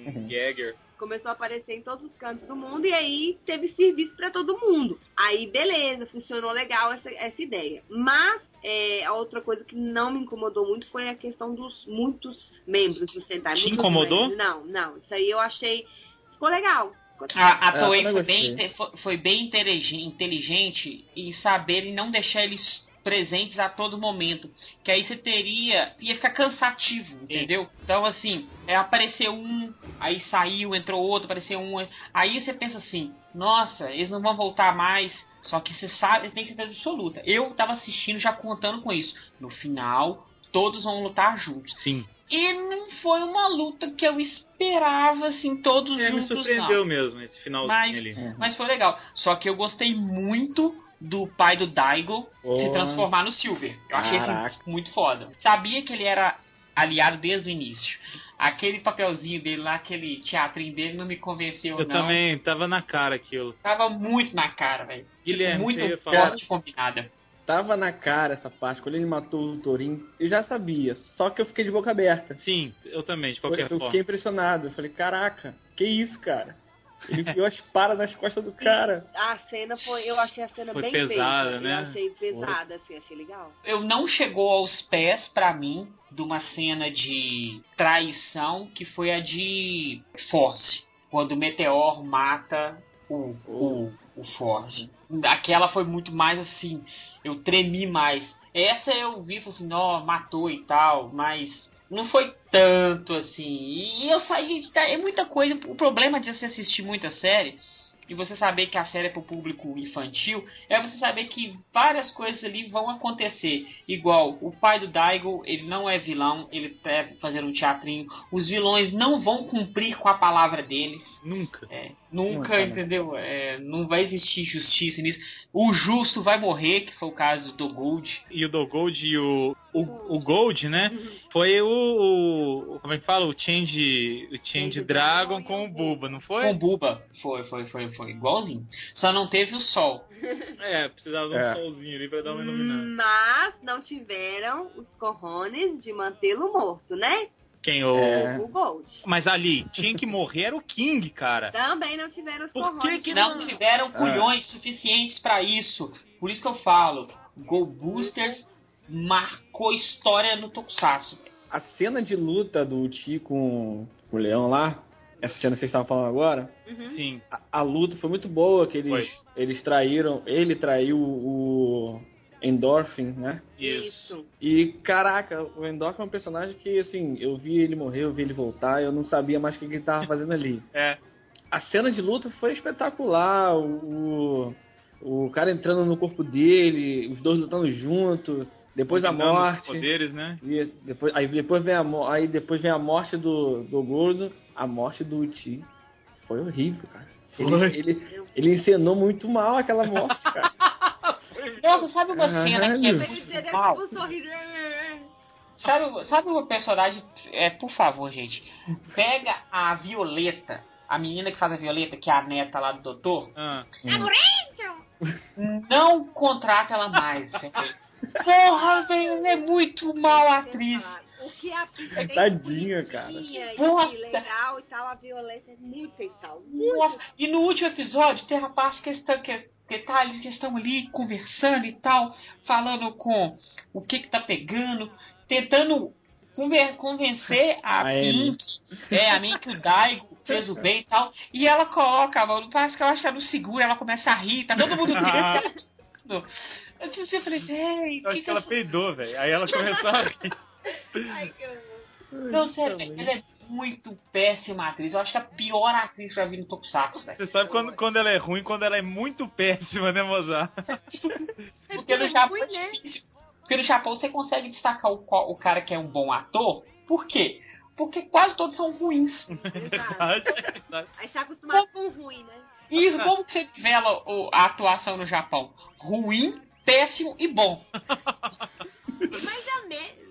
Speaker 11: Uhum.
Speaker 1: um Gagger.
Speaker 6: começou a aparecer em todos os cantos do mundo e aí teve serviço para todo mundo. Aí beleza, funcionou legal essa, essa ideia. Mas é, a outra coisa que não me incomodou muito foi a questão dos muitos membros do Sentai.
Speaker 1: Te
Speaker 6: Muitos
Speaker 1: incomodou?
Speaker 6: membros. Não, não. Isso aí eu achei. Ficou legal. Ficou-
Speaker 2: A, a
Speaker 11: É,
Speaker 2: Toei
Speaker 11: eu
Speaker 2: foi
Speaker 11: também
Speaker 2: bem,
Speaker 11: gostei.
Speaker 2: inte- foi- foi bem interege- inteligente em saber e não deixar eles presentes a todo momento. Que aí você teria. ia ficar cansativo, entendeu? Então, assim, é, apareceu um, aí saiu, entrou outro, apareceu um. Aí você pensa assim: nossa, eles não vão voltar mais. Só que você sabe, tem certeza absoluta. Eu tava assistindo já contando com isso. No final, todos vão lutar juntos.
Speaker 1: Sim.
Speaker 2: E não foi uma luta que eu esperava, assim, todos
Speaker 1: É, me
Speaker 2: juntos. não.
Speaker 1: surpreendeu mesmo esse finalzinho
Speaker 2: Mas-
Speaker 1: ali.
Speaker 2: Mas foi legal. Só que eu gostei muito do pai do Daigo se
Speaker 11: Porra.
Speaker 2: transformar no Silver. Eu achei assim, isso
Speaker 11: Caraca.
Speaker 2: muito foda. Sabia que ele era aliado desde o início. Aquele papelzinho dele lá, aquele teatrinho dele não me convenceu,
Speaker 1: Eu
Speaker 2: não.
Speaker 1: também, tava na cara aquilo.
Speaker 2: Tava muito na cara, velho. Tipo,
Speaker 1: Guilherme,
Speaker 2: muito
Speaker 1: você ia falar?
Speaker 2: forte combinada.
Speaker 11: Tava na cara essa parte. Quando ele matou o Torin, eu já sabia. Só que eu fiquei de boca aberta.
Speaker 1: Sim, eu também, de
Speaker 11: Eu,
Speaker 1: qualquer
Speaker 11: eu
Speaker 1: é forma.
Speaker 11: fiquei impressionado. Eu falei, caraca, que isso, cara? Ele enfiou as paras nas costas do cara.
Speaker 6: A cena foi. Eu achei a cena
Speaker 1: Foi
Speaker 6: bem
Speaker 1: pesada,
Speaker 6: feita.
Speaker 1: né?
Speaker 6: Eu achei pesada, assim, achei legal.
Speaker 2: Eu não chegou aos pés, pra mim, de uma cena de traição que foi a de Force. Quando o Meteor mata o, o, o Force. Aquela foi muito mais assim. Eu tremi mais. Essa eu vi, falei assim, ó, matou e tal, mas não foi tanto assim. E, e eu saí. tá, É muita coisa. O problema de você assistir muita série e você saber que a série é pro público infantil é você saber que várias coisas ali vão acontecer. Igual o pai do Daigo, ele não é vilão, ele tá fazendo um teatrinho. Os vilões não vão cumprir com a palavra deles.
Speaker 1: Nunca.
Speaker 2: É,
Speaker 11: Não,
Speaker 2: nunca,
Speaker 11: cara.
Speaker 2: entendeu? É, não vai existir justiça nisso. O justo vai morrer, que foi o caso do Gold.
Speaker 1: E o do Gold e o. O, o Gold, né? Foi o, o- Como é que fala? O Change. O Change
Speaker 6: Change
Speaker 1: Dragon
Speaker 6: Dragon
Speaker 1: com o Buba, não
Speaker 2: Com
Speaker 1: foi?
Speaker 2: Buba. Foi, foi, foi, foi. Igualzinho. Só não teve o sol.
Speaker 1: É, precisava de um
Speaker 11: É.
Speaker 1: solzinho ali pra dar
Speaker 6: Hum.
Speaker 1: uma iluminada.
Speaker 6: Mas não tiveram os corrones de mantê-lo morto, né?
Speaker 1: Quem o.
Speaker 11: É.
Speaker 6: O Bolt.
Speaker 1: Mas ali, tinha que morrer era o King, cara.
Speaker 6: Também não tiveram os
Speaker 1: Por que
Speaker 6: corrones.
Speaker 1: que
Speaker 2: Não
Speaker 1: Ah.
Speaker 2: tiveram culhões suficientes pra isso. Por isso que eu falo, Go Boosters marcou história no Tokusatsu.
Speaker 11: A cena de luta do Ti com, com o leão lá, essa cena que vocês estavam falando agora,
Speaker 6: Uhum.
Speaker 1: Sim.
Speaker 11: a, a luta foi muito boa, que eles,
Speaker 1: Foi.
Speaker 11: eles traíram, ele traiu o Endorphin, né?
Speaker 1: Isso.
Speaker 6: Isso.
Speaker 11: E caraca, o Endorphin é um personagem que, assim, eu vi ele morrer, eu vi ele voltar, eu não sabia mais o que que ele tava fazendo ali.
Speaker 1: É.
Speaker 11: A cena de luta foi espetacular, o, o, o cara entrando no corpo dele, os dois lutando junto, depois a
Speaker 1: Combinando os
Speaker 11: morte.
Speaker 1: Poderes, né?
Speaker 11: E depois, aí, depois vem a, mo- aí depois vem a morte do, do gordo, a morte do Uti. Foi horrível, cara.
Speaker 1: Foi.
Speaker 11: Ele, ele, ele encenou muito mal aquela morte, cara.
Speaker 2: Nossa, sabe uma cena que é
Speaker 11: Caralho.
Speaker 6: Ele
Speaker 2: muito
Speaker 6: teria
Speaker 2: mal?
Speaker 6: tipo um sorriso.
Speaker 2: Sabe, sabe uma personagem. É, por favor, gente. Pega a Violeta, a menina que faz a Violeta, que é a neta lá do doutor.
Speaker 1: Ah,
Speaker 6: Hum.
Speaker 2: Não contrata ela mais. velho. Porra, velho, ela é muito mal atriz.
Speaker 6: O que a Pita tem
Speaker 11: É Tadinha,
Speaker 6: bonitinha
Speaker 11: cara.
Speaker 6: E
Speaker 2: Nossa.
Speaker 6: que legal e tal, a Violeta é muito sem sal.
Speaker 2: Nossa, e no último episódio tem a parte que eles estão que, que tá ali, que eles estão ali conversando e tal, falando com o que que tá pegando, tentando conver- convencer a,
Speaker 11: A Amy.
Speaker 2: Pink, é, a mim que o Daigo fez o bem e tal, e ela coloca, mano, parece que ela acha que ela não segura, ela começa a rir, tá todo mundo
Speaker 1: Ah.
Speaker 2: gritando. Eu disse, assim, eu falei, véi,
Speaker 1: eu acho
Speaker 2: que
Speaker 1: que ela
Speaker 2: que é
Speaker 1: peidou, velho. Aí ela começou a.
Speaker 6: Ai, que horror.
Speaker 2: Não, sério, ela é muito péssima atriz, eu acho que é a pior atriz pra vir no Tokusatsu, velho.
Speaker 1: Você sabe quando, quando ela é ruim, quando ela é muito péssima, né, Mozart?
Speaker 2: Porque no
Speaker 6: É
Speaker 2: Japão
Speaker 6: ruim,
Speaker 2: é difícil. Porque no Japão você consegue destacar o, qual- o cara que é um bom ator. Por quê? Porque quase todos são ruins.
Speaker 6: Exato. Aí tá acostumado com o ruim, né?
Speaker 2: E isso, como que você nivela o- a atuação no Japão? Ruim, péssimo e bom.
Speaker 6: Mas é a me...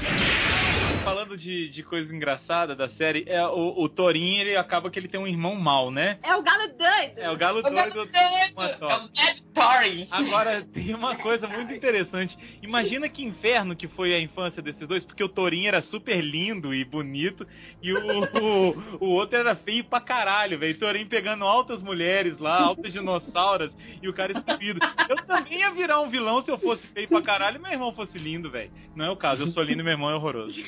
Speaker 1: Falando de, de coisa engraçada da série, é, o, o Thorin, ele acaba que ele tem um irmão mau, né?
Speaker 6: É o galo doido.
Speaker 1: É o Galo
Speaker 2: Mas
Speaker 1: Doido.
Speaker 2: é
Speaker 1: uma
Speaker 2: doido, é
Speaker 1: top.
Speaker 2: o Mad Story.
Speaker 1: Agora, tem uma coisa muito interessante. Imagina que inferno que foi a infância desses dois, porque o Torinho era super lindo e bonito, e o, o, o outro era feio pra caralho, velho. O Torinho pegando altas mulheres lá, altas dinossauras, e o cara estupido. Eu também ia virar um vilão se eu fosse feio pra caralho e meu irmão fosse lindo, velho. Não é o caso, eu sou lindo e meu irmão é horroroso.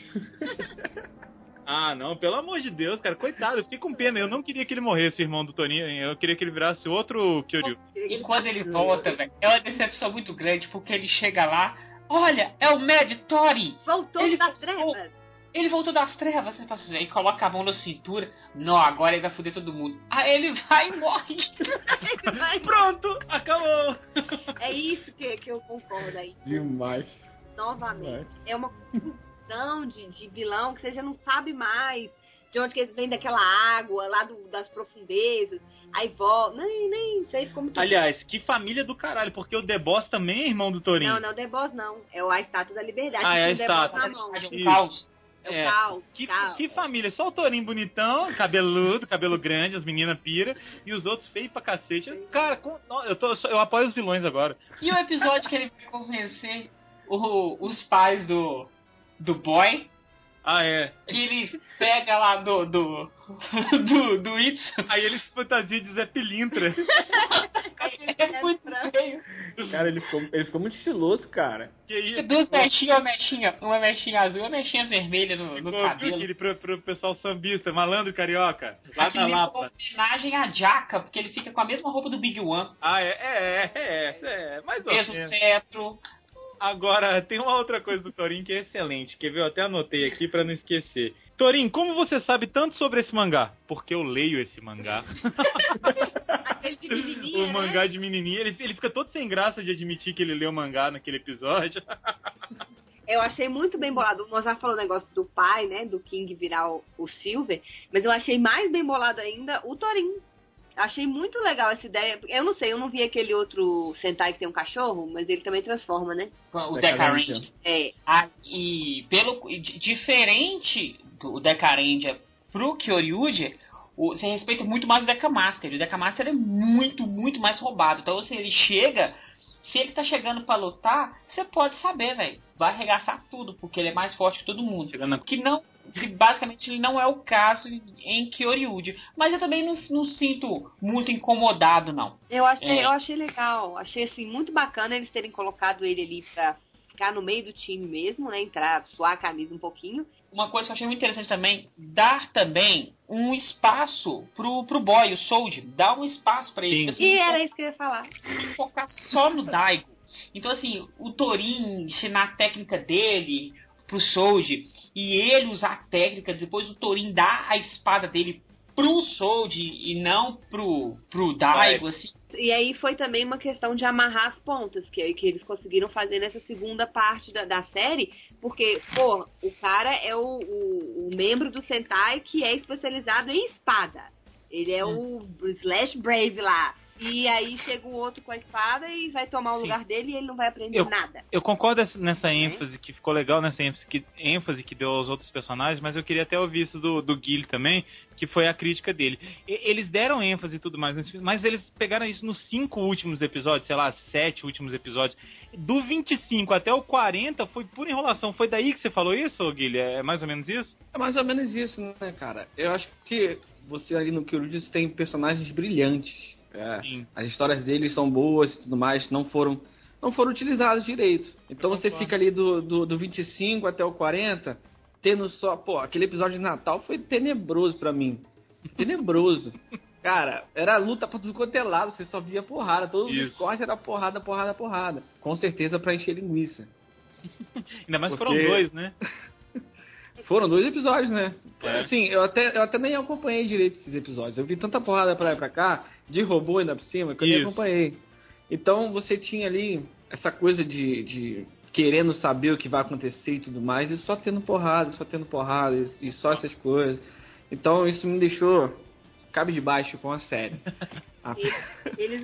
Speaker 1: Ah, não, pelo amor de Deus, cara, coitado, eu fiquei com pena. Eu não queria que ele morresse, o irmão do Toninho. Eu queria que ele virasse outro Kyoryu.
Speaker 2: E quando ele volta, velho, é uma decepção muito grande, porque ele chega lá, olha, é o Mad Story.
Speaker 6: Voltou
Speaker 2: Ele
Speaker 6: das
Speaker 2: voltou.
Speaker 6: trevas.
Speaker 2: Ele voltou das trevas, você fala assim, aí coloca a mão na cintura, não, agora ele vai foder todo mundo. Aí ele vai e morre.
Speaker 6: Mas
Speaker 1: Pronto, acabou!
Speaker 6: é isso que, que eu concordo aí.
Speaker 11: Demais.
Speaker 6: Novamente.
Speaker 11: demais.
Speaker 6: É uma maldição de, de vilão que você já não sabe mais de onde que ele vem daquela água, lá do- das profundezas. Aí volta. Nem, nem, isso aí ficou muito.
Speaker 1: Aliás, que família do caralho, porque o The Boss também é irmão do Torinho.
Speaker 6: Não, não é o The Boss, não. É o A Estátua da Liberdade.
Speaker 1: Ah, é a
Speaker 6: que tem o The Boss
Speaker 1: estátua.
Speaker 6: na mão.
Speaker 2: Verdade, é um
Speaker 1: Isso.
Speaker 2: caos.
Speaker 6: É o
Speaker 1: É.
Speaker 6: caos,
Speaker 1: Que,
Speaker 6: caos.
Speaker 1: que família, só o Torinho bonitão, cabeludo, cabelo grande, as meninas pira, e os outros feios pra cacete. Cara, com- não, eu, tô, eu, sou- eu apoio os vilões agora.
Speaker 2: E o episódio que ele vai convencer o- os pais do, do boy,
Speaker 1: Ah, é.
Speaker 2: que ele pega lá do. do. do, do Itsu.
Speaker 1: Aí eles fantasia de Zé Pilintra.
Speaker 2: É muito feio.
Speaker 11: Cara, ele ficou, ele ficou muito estiloso, cara.
Speaker 1: Que aí,
Speaker 2: Duas mechinhas, uma mechinha, uma mechinha azul e uma mechinha vermelha no, no
Speaker 1: Pô, viu
Speaker 2: cabelo.
Speaker 1: aquele pro, pro pessoal sambista, malandro carioca, lá
Speaker 2: Aqui
Speaker 1: na
Speaker 2: me
Speaker 1: Lapa.
Speaker 2: homenagem à Jaca, porque ele fica com a mesma roupa do Big One,
Speaker 1: Ah, é, é, é, é, é mais ou
Speaker 2: mesmo
Speaker 1: menos.
Speaker 2: cetro.
Speaker 1: Agora, tem uma outra coisa do Torin que é excelente, que eu até anotei aqui pra não esquecer. Torin, como você sabe tanto sobre esse mangá? Porque eu leio esse mangá.
Speaker 6: Aquele de menininha,
Speaker 1: o
Speaker 6: né?
Speaker 1: mangá de menininha, ele, ele fica todo sem graça de admitir que ele leu o mangá naquele episódio.
Speaker 6: Eu achei muito bem bolado. O Mozart falou o negócio do pai, né? Do King virar o, o Silver. Mas eu achei mais bem bolado ainda o Torin. Achei muito legal essa ideia. Eu não sei, eu não vi aquele outro Sentai que tem um cachorro, mas ele também transforma, né?
Speaker 2: O
Speaker 11: Decarente.
Speaker 2: Decarente.
Speaker 6: É,
Speaker 2: Ah, e pelo e di- diferente do Decarendia pro Kyoryuji, o- você respeita muito mais o Decamaster. O Decamaster é muito, muito mais roubado. Então, se ele chega, se ele tá chegando pra lutar, você pode saber, velho. Vai arregaçar tudo, porque ele é mais forte que todo mundo.
Speaker 1: Chegando
Speaker 2: Que não, que basicamente ele não é o caso em Kyoryuji. Mas eu também não, não sinto muito incomodado, não.
Speaker 6: eu achei,
Speaker 2: É.
Speaker 6: eu achei legal. Achei assim muito bacana eles terem colocado ele ali pra ficar no meio do time mesmo, né? Entrar, suar a camisa um pouquinho.
Speaker 2: Uma coisa que eu achei muito interessante também, dar também um espaço pro, pro boy, o Sold, dar um espaço pra ele.
Speaker 1: Sim.
Speaker 2: Assim,
Speaker 6: E era isso que eu ia falar.
Speaker 2: não focar só no Daigo. Então, assim, o Torin ensinar a técnica dele pro Sold e ele usar a técnica, depois o Torin dar a espada dele pro Sold e não pro, pro Daigo, assim.
Speaker 6: E aí foi também uma questão de amarrar as pontas, que, que eles conseguiram fazer nessa segunda parte da, da série, porque, pô, o cara é o, o, o membro do Sentai que é especializado em espada. Ele é
Speaker 1: Hum.
Speaker 6: o Slash Brave lá. E aí chega o outro com a espada e vai tomar o
Speaker 1: Sim.
Speaker 6: lugar dele e ele não vai aprender
Speaker 1: Eu-
Speaker 6: nada.
Speaker 1: Eu concordo essa- nessa ênfase que ficou legal, nessa ênfase que, ênfase que deu aos outros personagens, mas eu queria até ouvir isso do, do Gil também, que foi a crítica dele. E- eles deram ênfase e tudo mais, nesse filme, mas eles pegaram isso nos cinco últimos episódios, sei lá, sete últimos episódios. Do 25 até o 40 foi pura enrolação. Foi daí que você falou isso, Gil? É mais ou menos isso?
Speaker 11: É mais ou menos isso, né, cara? Eu acho que você ali no Kyoryuji você tem personagens brilhantes. É,
Speaker 1: Sim.
Speaker 11: as histórias deles são boas e tudo mais, não foram não foram utilizadas direito. Então
Speaker 1: Eu
Speaker 11: você
Speaker 1: concordo.
Speaker 11: fica ali do, do, do 25 até o 40, tendo só, pô, aquele episódio de Natal foi tenebroso pra mim. Tenebroso. Cara, era luta pra tudo quanto é lado, você só via porrada, todos os
Speaker 1: Isso.
Speaker 11: cortes era porrada, porrada, porrada. Com certeza pra encher linguiça.
Speaker 1: Ainda mais que
Speaker 11: Porque-
Speaker 1: foram dois, né?
Speaker 11: Foram dois episódios, né?
Speaker 1: É.
Speaker 11: Assim, eu até, eu até nem acompanhei direito esses episódios. Eu vi tanta porrada pra lá e pra cá, de robô ainda por cima, que eu nem
Speaker 1: Isso.
Speaker 11: acompanhei. Então você tinha ali essa coisa de, de querendo saber o que vai acontecer e tudo mais, e só tendo porrada, só tendo porrada, e, e só essas coisas. Então isso me deixou cabe de baixo com a série.
Speaker 6: Eles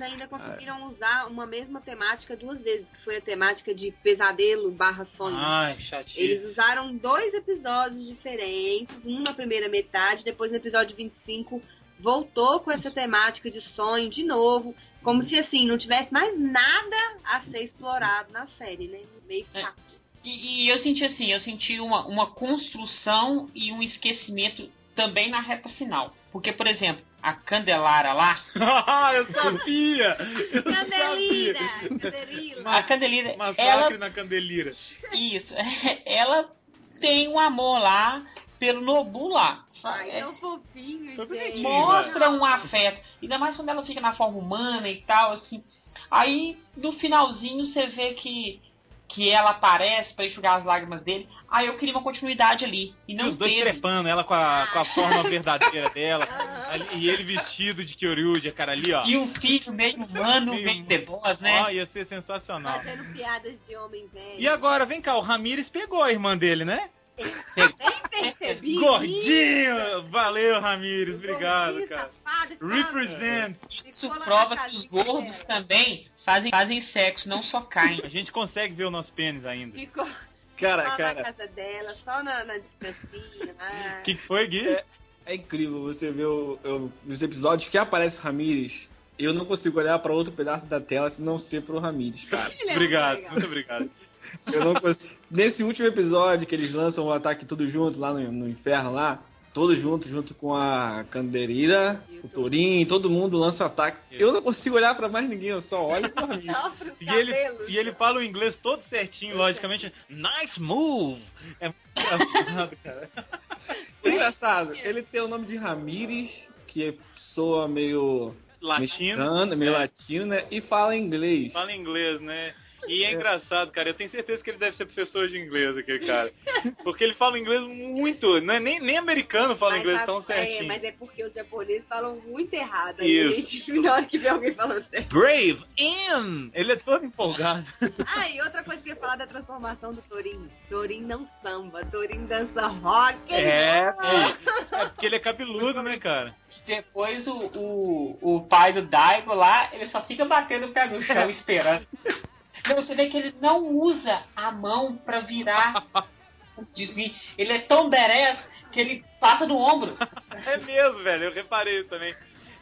Speaker 1: Ah.
Speaker 6: ainda conseguiram usar uma mesma temática duas vezes, que foi a temática de pesadelo barra sonho.
Speaker 1: Ai, chatinho.
Speaker 6: Eles usaram dois episódios diferentes, um na primeira metade, depois no episódio 25 voltou com essa temática de sonho de novo, como se assim não tivesse mais nada a ser explorado na série, né? Meio
Speaker 2: É.
Speaker 6: chato.
Speaker 2: E, e eu senti assim, eu senti uma, uma construção e um esquecimento também na reta final. Porque, por exemplo, a Candelara lá,
Speaker 1: Ah, eu sabia! Eu
Speaker 6: Candelira,
Speaker 1: sabia!
Speaker 6: Candelila.
Speaker 2: a Candelira, ela
Speaker 1: Massacre na Candelira.
Speaker 2: Isso. Ela tem um amor lá pelo Nobu lá.
Speaker 1: Ah,
Speaker 6: Ai,
Speaker 2: É,
Speaker 6: tão fofinho,
Speaker 1: Foi
Speaker 6: gente.
Speaker 1: bonitinho,
Speaker 2: mostra um afeto. Ainda mais quando ela fica na forma humana e tal, assim. Aí, no finalzinho, você vê que, que ela aparece pra enxugar as lágrimas dele. Aí eu queria uma continuidade ali.
Speaker 1: E
Speaker 2: E não
Speaker 1: os dois
Speaker 2: teve.
Speaker 1: trepando, ela com a, com a forma verdadeira dela.
Speaker 6: Aham.
Speaker 1: ali- E ele vestido de Kyoryuji, cara, ali, ó.
Speaker 2: E o filho meio humano,
Speaker 1: Sim.
Speaker 2: meio The Boss, né?
Speaker 1: Ó, ia ser sensacional.
Speaker 6: Fazendo piadas de homem velho.
Speaker 1: E agora, vem cá, o Ramires pegou a irmã dele, né?
Speaker 6: Nem percebi.
Speaker 1: Gordinho! Valeu, Ramires. Obrigado,
Speaker 6: Gordinho, tá
Speaker 1: cara.
Speaker 6: safado, que
Speaker 1: Represent.
Speaker 2: Isso
Speaker 6: Ficou lá na
Speaker 2: prova que os
Speaker 6: casinha
Speaker 2: gordos
Speaker 6: dela.
Speaker 2: também fazem, fazem sexo, não só
Speaker 1: A
Speaker 2: caem.
Speaker 1: gente consegue ver o nosso pênis ainda.
Speaker 6: Ficou
Speaker 11: Cara,
Speaker 6: só na
Speaker 11: cara,
Speaker 6: casa dela, só na, na dispensinha. ah.
Speaker 1: O que, que foi, Gui?
Speaker 11: é incrível você ver o- eu- nos episódios que aparece o Ramires. Eu não consigo olhar pra outro pedaço da tela se não ser pro Ramires, cara.
Speaker 6: Ele é
Speaker 1: obrigado,
Speaker 6: legal.
Speaker 1: muito obrigado.
Speaker 11: Eu não consigo. Nesse último episódio que eles lançam o ataque tudo junto lá no, no inferno lá, todos juntos, junto com a Candereira, o Torinho, todo mundo lança o ataque. Eu não consigo olhar pra mais ninguém, eu só olho pro Ramires.
Speaker 6: Só pros
Speaker 1: E ele,
Speaker 6: cabelos.
Speaker 1: e ele fala o inglês todo certinho, logicamente. Nice move! É muito engraçado, cara.
Speaker 11: Engraçado, ele tem o nome de Ramires, que soa meio
Speaker 1: Latino,
Speaker 11: mexicano, meio
Speaker 1: É.
Speaker 11: latino, né? E fala inglês.
Speaker 1: fala inglês, né? E é engraçado, cara. Eu tenho certeza que ele deve ser professor de inglês, aquele cara. Porque ele fala inglês muito. Não é nem, nem americano fala
Speaker 6: Mas
Speaker 1: inglês
Speaker 6: a-
Speaker 1: tão
Speaker 6: É,
Speaker 1: certinho.
Speaker 6: mas é porque os japoneses falam muito errado.
Speaker 1: Isso.
Speaker 6: Aí, gente, na hora que vê alguém falando assim. certo.
Speaker 1: Brave in! Ele é todo empolgado.
Speaker 6: Ah, e outra coisa que eu ia falar da transformação do Torin. Torin não samba, Torin dança rock.
Speaker 1: É, pô. é porque ele é cabeludo, né, cara?
Speaker 2: Depois o, o, o pai do Daigo lá, ele só fica batendo o pé no chão esperando. Não, você vê que ele não usa a mão pra virar o desvio. Ele é tão badass que ele passa no ombro.
Speaker 1: É mesmo, velho. Eu reparei também.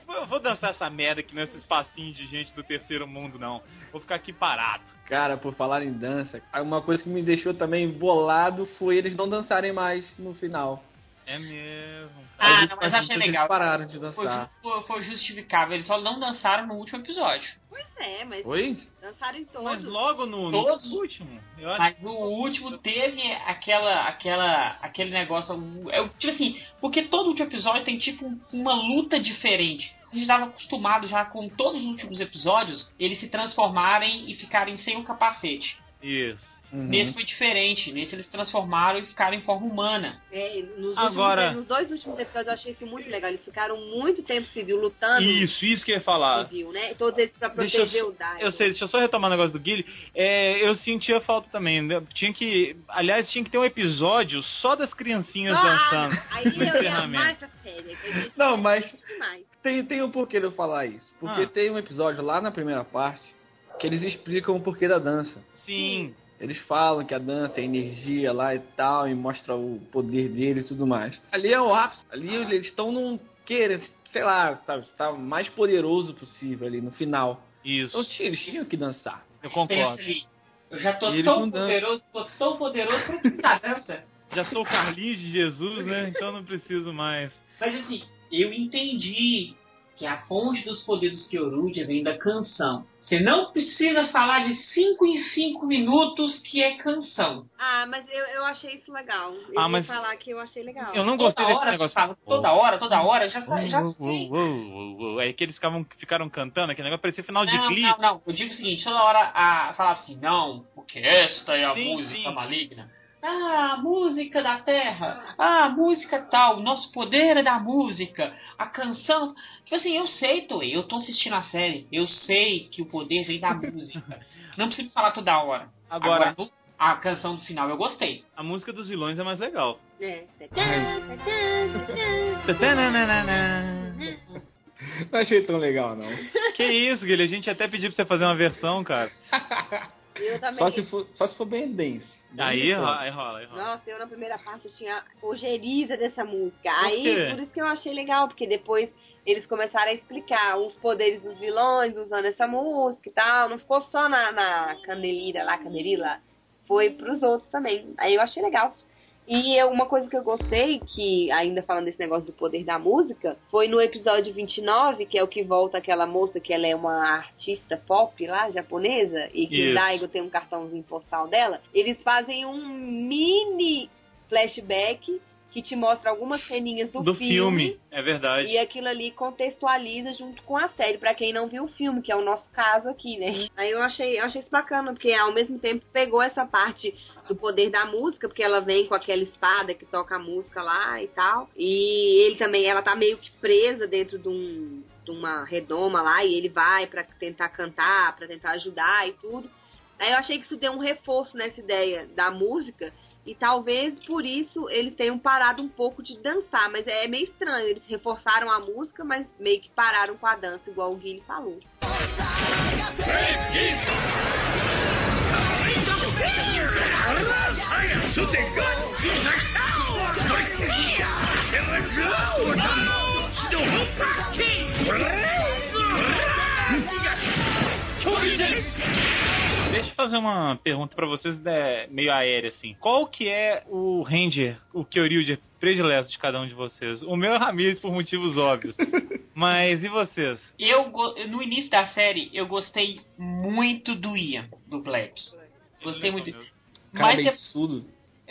Speaker 1: Eu vou dançar essa merda aqui nesses passinhos de gente do terceiro mundo, não. Vou ficar aqui parado.
Speaker 11: Cara, por falar em dança, uma coisa que me deixou também bolado foi eles não dançarem mais no final.
Speaker 1: É mesmo.
Speaker 2: Ah,
Speaker 11: Eles-
Speaker 2: mas achei
Speaker 11: eles
Speaker 2: legal.
Speaker 11: pararam de
Speaker 2: Foi,
Speaker 11: dançar.
Speaker 2: ju- foi justificável. Eles só não dançaram no último episódio.
Speaker 6: Pois é, mas
Speaker 11: Oi?
Speaker 6: dançaram em todos.
Speaker 1: Mas logo no, no
Speaker 2: Todos.
Speaker 1: último, eu acho.
Speaker 2: Mas o último teve aquela, aquela, aquele negócio. é, Tipo assim, porque todo último episódio tem tipo um- uma luta diferente. A gente estava acostumado já com todos os últimos episódios eles se transformarem e ficarem sem o capacete.
Speaker 1: é Isso.
Speaker 11: Uhum.
Speaker 2: Nesse foi diferente. Nesse eles transformaram e ficaram em forma humana.
Speaker 6: É, nos,
Speaker 1: Agora-
Speaker 6: últimos, nos dois últimos episódios eu achei isso muito legal. Eles ficaram muito tempo civil lutando.
Speaker 1: Isso, isso que eu ia falar.
Speaker 6: Civil, né? Todos eles pra
Speaker 1: Deixa
Speaker 6: proteger
Speaker 1: eu-
Speaker 6: o Dai.
Speaker 1: Eu sei, deixa eu só retomar o negócio do Guilherme. É, eu sentia falta também. né? Tinha que. Aliás, tinha que ter um episódio só das criancinhas dançando.
Speaker 6: ah, aí
Speaker 1: no
Speaker 6: eu ia
Speaker 1: encerramento.
Speaker 6: mais a série. que a gente
Speaker 11: Não, mas
Speaker 6: assiste demais.
Speaker 11: tem, tem um porquê de eu falar isso. Porque
Speaker 1: Ah.
Speaker 11: tem um episódio lá na primeira parte que eles explicam o porquê da dança.
Speaker 1: Sim.
Speaker 11: Eles falam que a dança é energia lá e tal, e mostra o poder deles e tudo mais. Ali é o ápice. Ali eles estão num querer, sei lá, sabe, tá o mais poderoso possível ali no final.
Speaker 1: Isso.
Speaker 11: Então tinha- eles tinham que dançar.
Speaker 1: Eu concordo.
Speaker 2: Pensei, Eu já tô
Speaker 11: E eles
Speaker 2: tão
Speaker 11: não dançam.
Speaker 2: poderoso, tô tão poderoso pra que tá dança.
Speaker 1: Já sou o Carlinhos de Jesus, né? Então não preciso mais.
Speaker 2: Mas assim, eu entendi que a fonte dos poderes que Kyorudia vem da canção. Você não precisa falar de 5 em 5 minutos que é canção.
Speaker 6: Ah, mas eu, eu achei isso legal. Eu
Speaker 1: Ah,
Speaker 6: vou
Speaker 1: mas-
Speaker 6: falar que eu achei legal.
Speaker 1: Eu não gostei
Speaker 2: toda
Speaker 1: desse
Speaker 2: hora,
Speaker 1: negócio.
Speaker 2: Fala, toda hora, toda hora, já, sa- já
Speaker 1: Uou,
Speaker 2: sei.
Speaker 1: uou, uou, uou. É que eles ficavam, ficaram cantando aquele negócio, parecia final de
Speaker 2: Não,
Speaker 1: clipe.
Speaker 2: não, não. Eu digo o seguinte, toda hora a, falava assim, não, porque esta é a
Speaker 1: Sim,
Speaker 2: música
Speaker 1: sim.
Speaker 2: maligna. Ah, a música da terra. Ah, a música tal. O nosso poder é da música. A canção. Tipo assim, eu sei, Toei. Eu tô assistindo a série. Eu sei que o poder vem da música. Não preciso falar toda hora.
Speaker 1: Agora,
Speaker 2: Agora, a canção do final eu gostei.
Speaker 1: a música dos vilões é mais legal.
Speaker 6: É.
Speaker 11: Não achei tão legal, não.
Speaker 1: Que isso, Guilherme? A gente até pediu pra você fazer uma versão, cara.
Speaker 6: Eu também.
Speaker 11: Só se for, só se for bem dance.
Speaker 1: Aí rola, aí rola, aí rola.
Speaker 6: Nossa, eu na primeira parte eu tinha ojeriza dessa música.
Speaker 1: Por
Speaker 6: Aí,
Speaker 1: quê?
Speaker 6: por isso que eu achei legal, porque depois eles começaram a explicar os poderes dos vilões usando essa música e tal. Não ficou só na, na candelira lá, candelila. Foi pros outros também. Aí eu achei legal. E eu- uma coisa que eu gostei, que ainda falando desse negócio do poder da música, foi no episódio 29, que é o que volta aquela moça que ela é uma artista pop lá, japonesa, e que
Speaker 1: Isso.
Speaker 6: o Daigo tem um cartãozinho postal dela. Eles fazem um mini flashback que te mostra algumas ceninhas do,
Speaker 1: Do filme, é verdade.
Speaker 6: E aquilo ali contextualiza junto com a série, pra quem não viu o filme, que é o nosso caso aqui, né? Aí eu achei, eu achei isso bacana, porque ao mesmo tempo pegou essa parte do poder da música, porque ela vem com aquela espada que toca a música lá e tal. E ele também, ela tá meio que presa dentro de, um, de uma redoma lá, e ele vai pra tentar cantar, pra tentar ajudar e tudo. Aí eu achei que isso deu um reforço nessa ideia da música E talvez por isso eles tenham parado um pouco de dançar, mas é meio estranho. Eles reforçaram a música, mas meio que pararam com a dança, igual o Guilherme falou.
Speaker 1: Deixa eu fazer uma pergunta pra vocês né, meio aérea, assim. Qual que é o Ranger, o Kyoryuger predileto de cada um de vocês? O meu é Ramirez, por motivos óbvios. Mas e vocês?
Speaker 2: Eu, go- no início da série, eu gostei muito do Ian, do Black. Gostei muito. Mas,
Speaker 11: é
Speaker 2: de-
Speaker 11: Cabeçudo.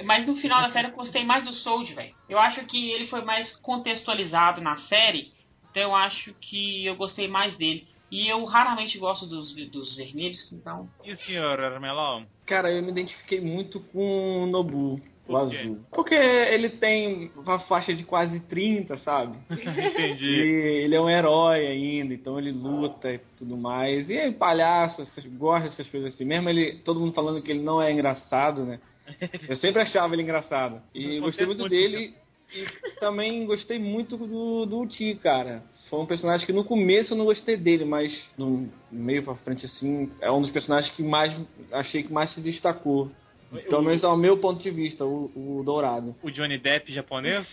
Speaker 2: mas no final da série eu gostei mais do Sold, velho. Eu acho que ele foi mais contextualizado na série, então eu acho que eu gostei mais dele. E eu raramente gosto dos, dos vermelhos, então.
Speaker 1: E o senhor Armelão?
Speaker 11: Cara, eu me identifiquei muito com o Nobu, o
Speaker 1: Por quê?
Speaker 11: azul. Porque ele tem uma faixa de quase 30, sabe? E
Speaker 1: Entendi.
Speaker 11: ele é um herói ainda, então ele luta e tudo mais. E ele é palhaço, essas, gosta dessas coisas assim. Mesmo ele, todo mundo falando que ele não é engraçado, né? Eu sempre achava ele engraçado. E
Speaker 1: Não
Speaker 11: gostei
Speaker 1: acontece
Speaker 11: muito
Speaker 1: muito, né?
Speaker 11: dele. E também gostei muito do, do Uti, cara. Foi um personagem que no começo eu não gostei dele, mas no meio pra frente assim, é um dos personagens que mais achei que mais se destacou. Pelo menos ao meu ponto de vista, o, o Dourado.
Speaker 1: O Johnny Depp japonês?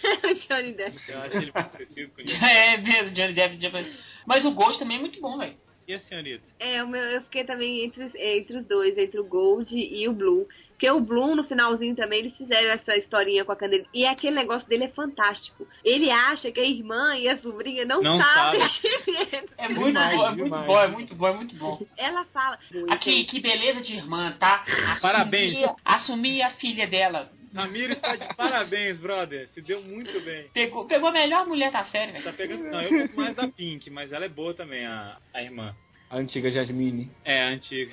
Speaker 6: Johnny Depp.
Speaker 1: Eu acho ele muito parecido com isso.
Speaker 2: é mesmo, Johnny Depp. Johnny- Mas o Ghost também é muito bom, velho.
Speaker 1: E a senhorita?
Speaker 6: É, o meu- eu fiquei também entre, entre os dois, entre o Gold e o Blue. Porque o Blue, no finalzinho também, eles fizeram essa historinha com a Candela. E aquele negócio dele é fantástico. Ele acha que a irmã e a sobrinha não,
Speaker 1: Não
Speaker 6: sabem.
Speaker 1: sabe.
Speaker 2: É muito
Speaker 11: Demais,
Speaker 2: bom, é muito
Speaker 11: demais.
Speaker 2: bom, é muito bom, é muito bom.
Speaker 6: Ela fala.
Speaker 2: Aqui, que beleza de irmã, tá? Assumir-
Speaker 1: Parabéns.
Speaker 2: Assumir a filha dela.
Speaker 1: Ramiro está de parabéns, brother. Se deu muito bem.
Speaker 2: Pegou, pegou a melhor mulher da série,
Speaker 1: Tá
Speaker 2: velho.
Speaker 1: pegando. Não, eu gosto mais da Pink, mas ela é boa também, a, a irmã.
Speaker 11: A antiga Jasmine.
Speaker 1: É, a antiga.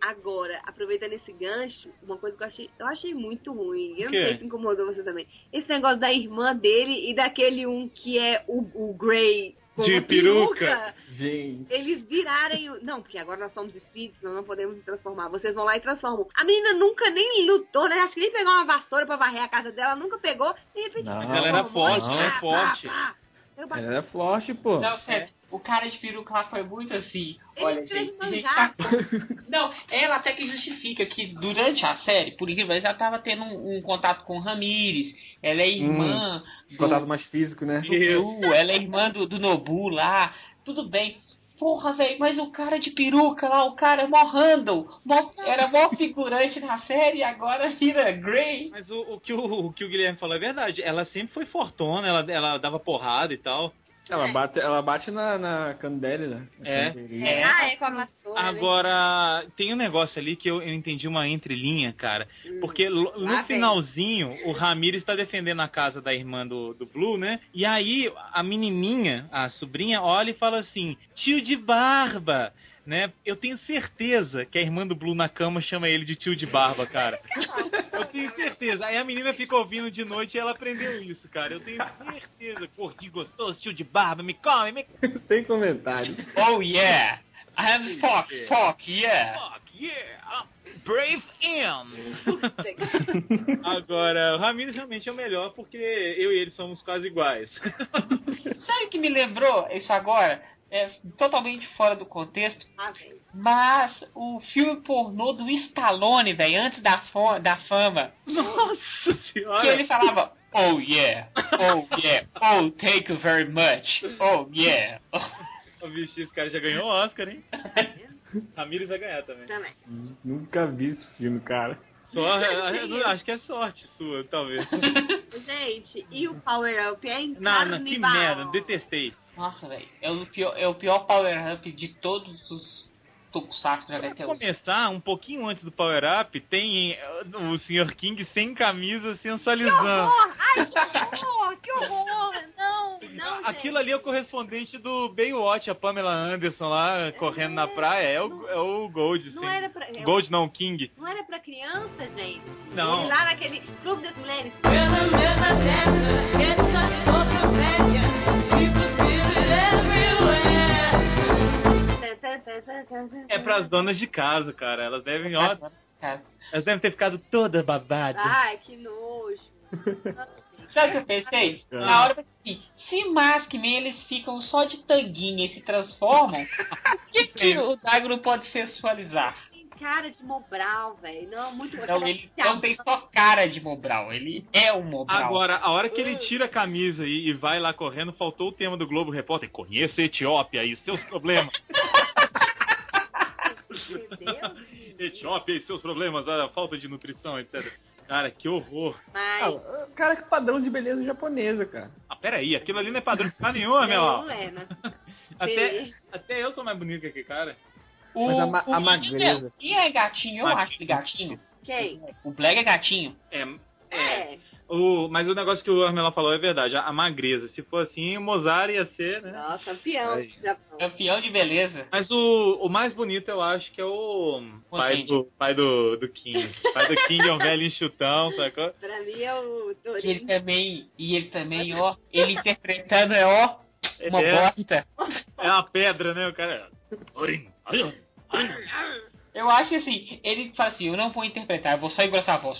Speaker 6: Agora, aproveitando esse gancho, uma coisa que eu achei, eu achei muito ruim. Eu
Speaker 1: O quê?
Speaker 6: não sei se incomodou você também. Esse negócio da irmã dele e daquele um que é o, o Grey com
Speaker 1: De
Speaker 6: a peruca.
Speaker 1: peruca.
Speaker 11: Gente.
Speaker 6: Eles virarem. o- Não, porque agora nós somos espíritos, nós não podemos nos transformar. Vocês vão lá e transformam. A menina nunca nem lutou, né? Acho que nem pegou uma vassoura pra varrer a casa dela, nunca pegou. De repente.
Speaker 11: Não,
Speaker 1: Mas ela era forte, ela é forte.
Speaker 6: Eu
Speaker 11: Ela
Speaker 6: bati
Speaker 11: era forte, pô.
Speaker 2: Não, sério, o cara de peruca lá foi muito assim.
Speaker 6: Ele
Speaker 2: Olha,
Speaker 6: fez
Speaker 2: gente,
Speaker 6: um
Speaker 2: a gente tá...
Speaker 6: manjar,
Speaker 2: Não, ela até que justifica que durante a série, por incrível, ela já tava tendo um, um contato com o Ramires. Ela é irmã do,
Speaker 11: Contato mais físico, né?
Speaker 2: do Blue, ela é irmã do, do Nobu lá. Tudo bem. Porra, velho, mas o cara de peruca lá, o cara é mó Randall. mó- era mó figurante na série e agora vira Grey.
Speaker 1: Mas o, o que o, o que o Guilherme falou é verdade. Ela sempre foi fortona, ela, ela dava porrada e tal.
Speaker 11: Ela bate, ela bate na, na candela, né? Na
Speaker 1: É.
Speaker 11: candelinha.
Speaker 2: É.
Speaker 6: Ah, é com a vassoura. né?
Speaker 1: Agora, tem um negócio ali que eu, eu entendi uma entrelinha, cara.
Speaker 6: Hum.
Speaker 1: Porque lo- no
Speaker 6: Lá vem.
Speaker 1: finalzinho, o Ramirez está defendendo a casa da irmã do, do Blue, né? E aí, a menininha, a sobrinha, olha e fala assim, tio de barba, né? Eu tenho certeza que a irmã do Blue na cama chama ele de tio de barba, cara. Eu tenho certeza. Aí a menina fica ouvindo de noite e ela aprendeu isso, cara. Eu tenho certeza. Gordinho gostoso, tio de barba, me come, me
Speaker 11: Sem comentários.
Speaker 2: Oh yeah! I'm Fox, Fox, yeah!
Speaker 1: Fuck yeah! Brave in! Agora, o Ramirez realmente é o melhor porque eu e ele somos quase iguais.
Speaker 2: Sabe o que me lembrou isso agora? É totalmente fora do contexto,
Speaker 6: Ah, velho.
Speaker 2: mas o filme pornô do Stallone, velho, antes da, fo- da fama,
Speaker 1: Nossa
Speaker 2: que
Speaker 1: senhora!
Speaker 2: ele falava Oh yeah, oh yeah, oh thank you very much, oh yeah.
Speaker 1: O bicho, esse cara já ganhou o Oscar, hein? Ramirez vai ganhar também.
Speaker 6: Também.
Speaker 11: Nunca vi esse filme, cara.
Speaker 1: Só, eu acho que é sorte sua, talvez.
Speaker 6: Gente, e o Power Up é
Speaker 1: Não, não, que
Speaker 6: incarnival.
Speaker 1: merda, detestei.
Speaker 2: Nossa, velho, é o pior, é o pior power up de todos os tokusatsu que é já vai
Speaker 1: Pra
Speaker 2: ter hoje.
Speaker 1: começar, um pouquinho antes do Power Up, tem eh, o Sr. King sem camisa
Speaker 6: Que
Speaker 1: sensualizando.
Speaker 6: horror! Ai, que horror! Oh, Que horror! Não, não,
Speaker 1: Aquilo
Speaker 6: gente.
Speaker 1: ali é o correspondente do Baywatch, a Pamela Anderson lá correndo na praia. É o, é o Gold,
Speaker 6: Não
Speaker 1: sim.
Speaker 6: era pra... eu-
Speaker 1: Gold não, King.
Speaker 6: Não era pra criança, gente.
Speaker 1: Não.
Speaker 6: Ele lá naquele clube das mulheres.
Speaker 5: é?
Speaker 1: É pras donas de casa, cara. Elas devem, ó,
Speaker 2: cara.
Speaker 1: Elas devem ter ficado toda babada.
Speaker 6: Ai, que nojo.
Speaker 2: Sabe o que eu pensei?
Speaker 11: Ah.
Speaker 2: Na hora eu pensei assim, se Maskman eles ficam só de tanguinha e se transformam, por que, que o Daigo não pode sexualizar?
Speaker 6: Tem cara de Mobral, velho. Não, muito
Speaker 2: Então ele não tem só cara de Mobral, ele é um Mobral.
Speaker 1: Agora, a hora que ele tira a camisa e, e vai lá correndo, faltou o tema do Globo Repórter. Conheça a Etiópia e seus problemas.
Speaker 6: Entendeu?
Speaker 1: Etiópia e seus problemas, a falta de nutrição, etc. Cara, que horror.
Speaker 11: Ah,
Speaker 6: Mas.
Speaker 11: o cara, que padrão de beleza japonesa, cara.
Speaker 1: Ah, peraí, aquilo ali não é padrão de ficar nenhuma, meu. ó.
Speaker 6: Não é, né?
Speaker 1: Até, até eu sou mais bonito que aquele cara.
Speaker 2: O,
Speaker 11: Mas a ma- a
Speaker 2: o menino
Speaker 11: magreza.
Speaker 2: é- Quem é gatinho? Eu
Speaker 1: Magreza.
Speaker 2: acho que gatinho.
Speaker 6: Quem?
Speaker 2: O Black é gatinho.
Speaker 1: É,
Speaker 6: É.
Speaker 1: o, mas o negócio que o Armelão falou é verdade. A, a magreza. Se for assim, o Mozart ia ser, né?
Speaker 6: Nossa, campeão.
Speaker 11: Aí.
Speaker 6: do Japão.
Speaker 2: Campeão é um de beleza.
Speaker 1: Mas o, o mais bonito eu acho que é o pai,
Speaker 2: Mozart.
Speaker 1: do, pai do, do King. O pai do King é um velho enxutão, sacou?
Speaker 6: Pra mim é o
Speaker 2: E ele
Speaker 6: Dorinho.
Speaker 2: também, e ele também, ó, ele interpretando é ó, uma
Speaker 1: é,
Speaker 2: bosta.
Speaker 1: é uma pedra, né? O cara. Ai, ai, ai.
Speaker 2: Eu acho que assim, ele fala assim, eu não vou interpretar, eu vou só engrossar a voz.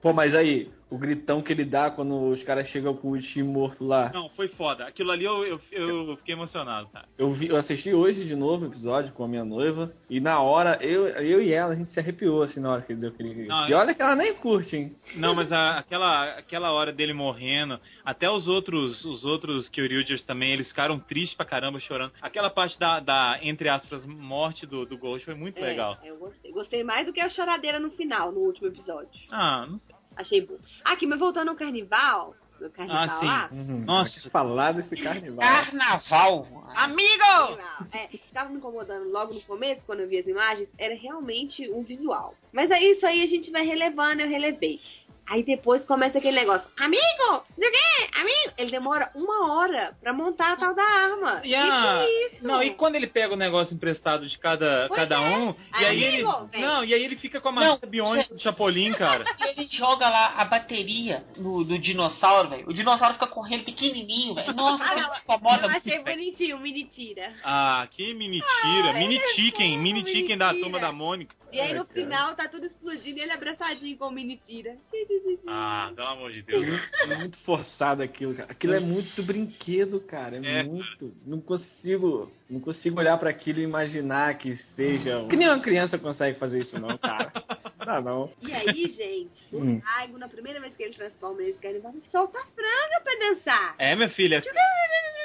Speaker 11: Pô, mas aí, o gritão que ele dá quando os caras chegam com o Uchi morto lá.
Speaker 1: Não, foi foda. Aquilo ali eu, eu, eu fiquei emocionado, tá? cara.
Speaker 11: Eu, vi, eu assisti hoje de novo o episódio com a minha noiva. E na hora, eu, eu e ela, a gente se arrepiou assim na hora que ele deu aquele grito.
Speaker 1: Não,
Speaker 11: E olha que ela nem curte, hein?
Speaker 1: Não, mas a- aquela, aquela hora dele morrendo, até os outros os outros Kyoryugers também, eles ficaram tristes pra caramba, chorando. Aquela parte da, da entre aspas, morte do, do Ghost foi muito
Speaker 6: É,
Speaker 1: legal.
Speaker 6: Eu gostei. Gostei mais do que a choradeira no final, no último episódio.
Speaker 1: Ah, não sei.
Speaker 6: Achei bom. Aqui, mas voltando ao carnival. No carnival
Speaker 1: Ah, sim.
Speaker 6: lá.
Speaker 1: Nossa.
Speaker 11: Falar desse carnival.
Speaker 2: Carnaval.
Speaker 6: Amigo! É, tava me incomodando logo no começo, quando eu vi as imagens, era realmente um visual. Mas aí isso aí a gente vai relevando, eu relevei. Aí depois começa aquele negócio, amigo, não sei o quê, amigo. Ele demora uma hora pra montar a tal da arma.
Speaker 1: E a-
Speaker 6: Que que é isso?
Speaker 1: Não, e quando ele pega o negócio emprestado de cada,
Speaker 6: Pois
Speaker 1: cada
Speaker 6: é.
Speaker 1: um, e aí ele.
Speaker 6: Amigo, velho.
Speaker 1: Não, e aí ele fica com a
Speaker 2: Não,
Speaker 1: marca biônica do Chapolin, cara.
Speaker 2: E ele joga lá a bateria no, do dinossauro, velho. O dinossauro fica correndo pequenininho, velho. Nossa,
Speaker 6: Ah,
Speaker 2: que
Speaker 6: não,
Speaker 2: incomoda
Speaker 6: Eu
Speaker 2: muito.
Speaker 6: achei
Speaker 2: velho.
Speaker 6: bonitinho, mini tira.
Speaker 1: Ah, que mini tira. mini chicken,
Speaker 6: fofo,
Speaker 1: mini
Speaker 6: é mini
Speaker 1: chicken da turma
Speaker 6: tira.
Speaker 1: da Mônica.
Speaker 6: E aí no
Speaker 11: Ai, cara.
Speaker 6: final tá tudo explodindo e ele abraçadinho com o mini tira.
Speaker 1: Ah, pelo amor de Deus.
Speaker 11: É muito forçado aquilo, cara. Aquilo é muito brinquedo, cara. É,
Speaker 1: É,
Speaker 11: muito. Não consigo, não consigo olhar pra aquilo e imaginar que seja. um- Que nenhuma criança consegue fazer isso, não, cara. Não, não.
Speaker 6: E aí, gente, o
Speaker 11: Hum.
Speaker 6: Daigo, na primeira vez que ele transforma nesse carnaval, ele solta a franga pra dançar. tá
Speaker 1: É, minha filha,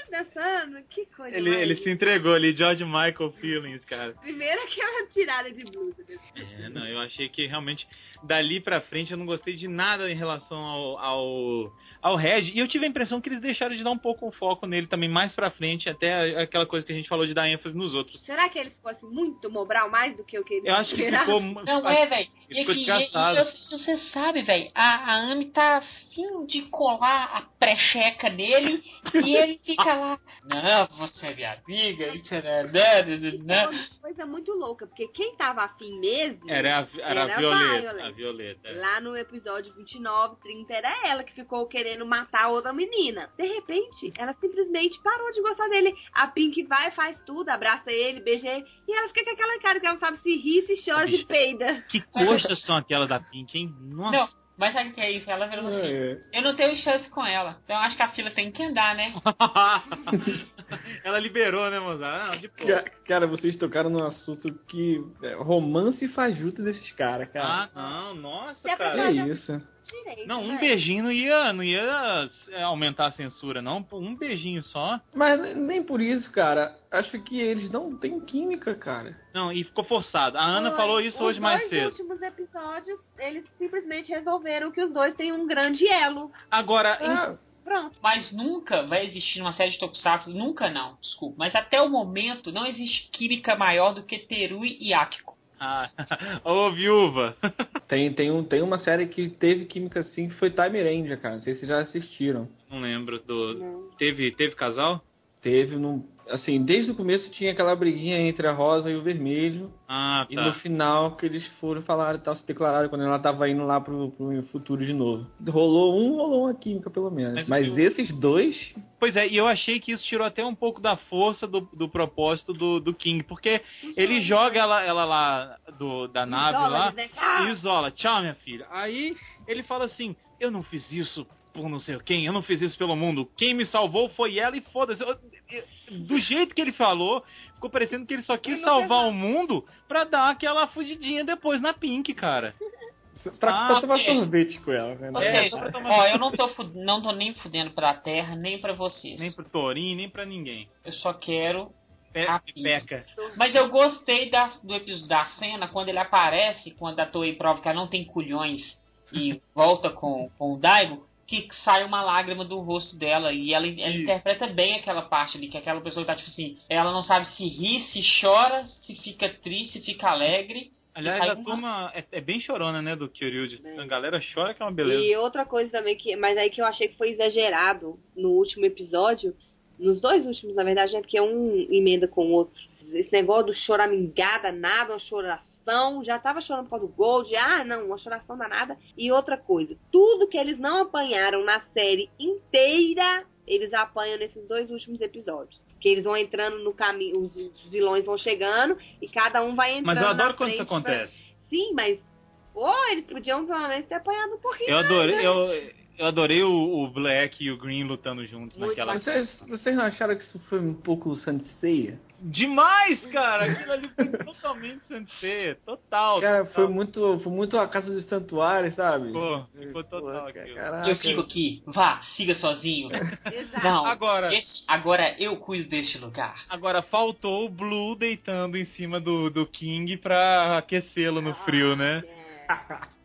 Speaker 6: Dançando, que coisa.
Speaker 1: ele,
Speaker 6: mais
Speaker 1: ele
Speaker 6: linda.
Speaker 1: se entregou ali, George Michael Feelings, cara.
Speaker 6: Primeiro aquela tirada de blusa.
Speaker 1: É, não, eu achei que realmente dali pra frente eu não gostei de nada em relação ao, ao, ao Red. E eu tive a impressão que eles deixaram de dar um pouco o foco nele também mais pra frente, até aquela coisa que a gente falou de dar ênfase nos outros.
Speaker 6: Será que ele fosse muito mobral mais do que o que ele
Speaker 1: Eu acho que
Speaker 6: esperava?
Speaker 1: ficou.
Speaker 2: Não é, velho. E
Speaker 1: ficou
Speaker 2: aqui, e-
Speaker 1: desgastado.
Speaker 2: e você- você sabe, velho, a, a Ami tá afim de colar a precheca nele e ele fica lá. Não, você é minha amiga, isso é verdade,
Speaker 6: Isso
Speaker 2: né?
Speaker 6: é uma coisa muito louca, porque quem tava afim mesmo,
Speaker 2: é
Speaker 1: Era, a- era
Speaker 6: Era
Speaker 1: a
Speaker 6: a
Speaker 1: Violeta.
Speaker 6: Violet.
Speaker 1: A Violeta. é.
Speaker 6: lá no episódio 29, 30, era ela que ficou querendo matar a outra menina. De repente, ela simplesmente parou de gostar dele. A Pink vai, faz tudo, abraça ele, beija ele, e ela fica com aquela cara que ela não sabe se ri, se chora, se
Speaker 1: Bicho.
Speaker 6: peida.
Speaker 1: Que coxas são aquelas da Pink, hein? Nossa.
Speaker 2: Não. Mas sabe o que é isso? Ela virou assim,
Speaker 11: é.
Speaker 2: eu não tenho chance com ela. Então acho que a fila tem que andar, né?
Speaker 1: Ela liberou, né, moçada? Não, de porra.
Speaker 11: Ca- Cara, vocês tocaram num assunto que. é, romance e fajuto desses caras,
Speaker 1: Ah,
Speaker 11: cara.
Speaker 1: não, nossa,
Speaker 2: é
Speaker 6: Se a
Speaker 1: cara.
Speaker 11: que isso.
Speaker 6: Direito,
Speaker 1: Não, um
Speaker 6: né?
Speaker 1: beijinho não ia, não ia é, aumentar a censura, não. Pô, Um beijinho só.
Speaker 11: Mas n- nem por isso, cara. Acho que eles não têm química, cara.
Speaker 1: Não, e ficou forçado. A Ana
Speaker 6: Foi.
Speaker 1: falou isso
Speaker 6: Os
Speaker 1: hoje mais
Speaker 6: dois
Speaker 1: cedo.
Speaker 6: últimos episódios, eles simplesmente resolveram que os dois têm um grande elo.
Speaker 1: Agora, em-
Speaker 11: Ah,
Speaker 6: Pronto.
Speaker 2: Mas nunca vai existir uma série de Tokusatsu, nunca não, desculpa. Mas até o momento não existe química maior do que Terui e Akiko.
Speaker 1: ah, ô viúva.
Speaker 11: tem, tem, um, tem uma série que teve química sim, que foi Time Ranger, cara. Não sei se vocês já assistiram.
Speaker 1: Não lembro do
Speaker 6: Não.
Speaker 1: teve teve casal?
Speaker 11: Teve num. Assim, desde o começo tinha aquela briguinha entre a rosa e o vermelho.
Speaker 1: Ah,
Speaker 11: E no
Speaker 1: tá.
Speaker 11: final que eles foram falar e tal, se declararam quando ela tava indo lá pro, pro futuro de novo. Rolou um, rolou uma química pelo menos.
Speaker 1: Mas
Speaker 11: Mas,
Speaker 1: eu-
Speaker 11: esses dois.
Speaker 1: Pois é, e eu achei que isso tirou até um pouco da força do, do propósito do, do King, porque ele joga ela, ela lá do, da nave
Speaker 6: Isola,
Speaker 1: lá
Speaker 6: dizer, "Tchau."
Speaker 1: e isola. Tchau, minha filha. Aí ele fala assim: Eu não fiz isso por não sei quem, eu não fiz isso pelo mundo. Quem me salvou foi ela e foda-se. Eu- eu- Do jeito que ele falou, ficou parecendo que ele só quis
Speaker 6: Ele não
Speaker 1: salvar
Speaker 6: fez
Speaker 1: o mundo pra dar aquela fugidinha depois na Pink, cara.
Speaker 11: Pra, pra
Speaker 2: Ah,
Speaker 11: tomar
Speaker 2: ok.
Speaker 11: tá, sorvete com ela, né?
Speaker 2: Ou
Speaker 11: É,
Speaker 2: seja, ó, eu não tô, fu- não tô nem fudendo pra terra, nem pra vocês.
Speaker 1: Nem pro Torinho, nem pra ninguém.
Speaker 2: Eu só quero.
Speaker 1: Pe
Speaker 2: Ah,
Speaker 1: peca.
Speaker 2: Mas eu gostei da, do episódio da cena quando ele aparece, quando a Toei prova que ela não tem culhões e volta com, com o Daigo, que sai uma lágrima do rosto dela. E ela, ela
Speaker 1: Isso.
Speaker 2: interpreta bem aquela parte ali, que aquela pessoa tá tipo assim, ela não sabe se ri, se chora, se fica triste, se fica alegre.
Speaker 1: Aliás,
Speaker 2: Sai
Speaker 1: a
Speaker 2: uma-
Speaker 1: turma é, é bem chorona, né, do Kyoryu.
Speaker 6: Bem.
Speaker 1: A galera chora que é uma beleza.
Speaker 6: E outra coisa também que. Mas aí que eu achei que foi exagerado no último episódio. Nos dois últimos, na verdade, é porque um emenda com o outro. Esse negócio do choramingar danado, uma choração. Já tava chorando por causa do Gold. Ah, não, uma choração danada. E outra coisa, tudo que eles não apanharam na série inteira, eles apanham nesses dois últimos episódios. Que eles vão entrando no caminho, os os vilões vão chegando e cada um vai entrando.
Speaker 1: Mas eu
Speaker 6: na
Speaker 1: adoro quando isso
Speaker 6: frente pra-
Speaker 1: acontece.
Speaker 6: Sim, mas. Pô, eles podiam pelo menos ter apanhado um pouquinho.
Speaker 1: Eu adorei, eu, eu adorei o, o Black e o Green lutando juntos
Speaker 6: Muito
Speaker 1: naquela.
Speaker 6: bacana.
Speaker 11: Vocês, vocês não acharam que isso foi um pouco Sanseia?
Speaker 1: Demais, cara! Aquilo ali foi totalmente Sensei. Total.
Speaker 11: Cara,
Speaker 1: total.
Speaker 11: É, foi muito, foi muito a casa dos santuários, sabe?
Speaker 1: Ficou, ficou total
Speaker 11: Pô,
Speaker 1: aquilo.
Speaker 11: Caraca.
Speaker 2: Eu fico aqui, vá, siga sozinho.
Speaker 6: Exato.
Speaker 2: Não,
Speaker 1: Agora,
Speaker 2: esse- agora eu cuido deste lugar.
Speaker 1: agora faltou o Blue deitando em cima do, do King pra aquecê-lo no frio, né?
Speaker 11: Ah,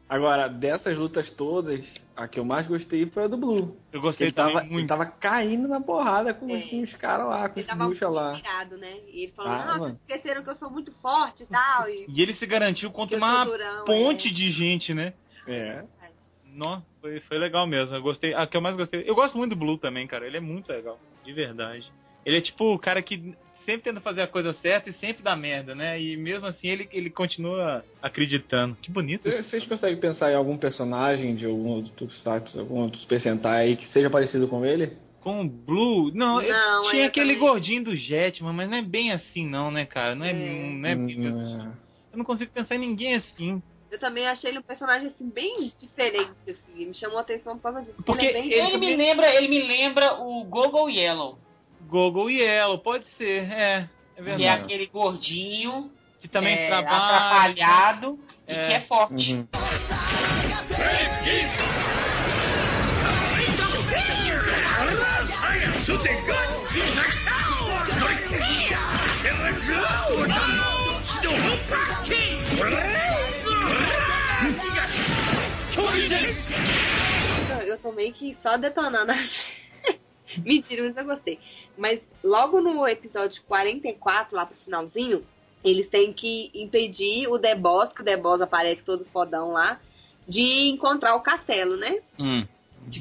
Speaker 11: Agora, dessas lutas todas, a que eu mais gostei foi a do Blue.
Speaker 1: Eu
Speaker 11: Porque
Speaker 1: gostei
Speaker 11: ele é tava,
Speaker 1: também
Speaker 11: ele
Speaker 1: muito.
Speaker 11: tava caindo na porrada com, os-
Speaker 6: É.
Speaker 11: com os caras lá, com
Speaker 6: Ele
Speaker 11: os
Speaker 6: tava muito
Speaker 11: bucha lá.
Speaker 6: inspirado, né? E ele falou,
Speaker 11: Ah,
Speaker 6: nossa,
Speaker 11: mano.
Speaker 6: esqueceram que eu sou muito forte e tal. E
Speaker 1: E ele se garantiu
Speaker 6: que
Speaker 1: contra
Speaker 6: eu
Speaker 1: uma
Speaker 6: sou durão,
Speaker 1: ponte de gente, né?
Speaker 11: É.
Speaker 1: Nossa, foi, foi legal mesmo. Eu gostei. A que eu mais gostei. Eu gosto muito do Blue também, cara. Ele é muito legal. De verdade. Ele é tipo o cara que sempre tenta fazer a coisa certa e sempre dá merda, né? E mesmo assim ele, ele continua acreditando. Que bonito.
Speaker 11: Vocês vocês conseguem pensar em algum personagem de algum outro Tokusatsu, algum outro Super Sentai que seja parecido com ele?
Speaker 1: Com o Blue. Não,
Speaker 6: Não,
Speaker 1: eu-
Speaker 6: é,
Speaker 1: tinha
Speaker 6: eu
Speaker 1: aquele
Speaker 6: também.
Speaker 1: gordinho do Jetman, mas não é bem assim, não, né, cara? Não é,
Speaker 6: É.
Speaker 1: Não é bem assim.
Speaker 11: Hum,
Speaker 1: Eu não consigo pensar em ninguém assim.
Speaker 6: Eu também achei ele um personagem, assim, bem diferente, assim. Ele Me chamou a atenção por causa disso.
Speaker 1: Porque
Speaker 6: ele é bem...
Speaker 2: Ele me lembra, ele me lembra o Gogol Yellow,
Speaker 1: Gogol e Yellow, pode ser, é. É
Speaker 2: que é
Speaker 1: verdade.
Speaker 11: Verdade.
Speaker 2: aquele gordinho
Speaker 1: Que também
Speaker 2: é,
Speaker 1: trabalha.
Speaker 2: atrapalhado
Speaker 1: É.
Speaker 2: e que é forte.
Speaker 11: uhum.
Speaker 6: Eu tô meio que só detonando. Mentira, mas eu gostei. Mas logo no episódio 44, lá pro finalzinho, eles têm que impedir o The Boss, que o The Boss aparece todo fodão lá, de encontrar o castelo, né?
Speaker 1: Hum.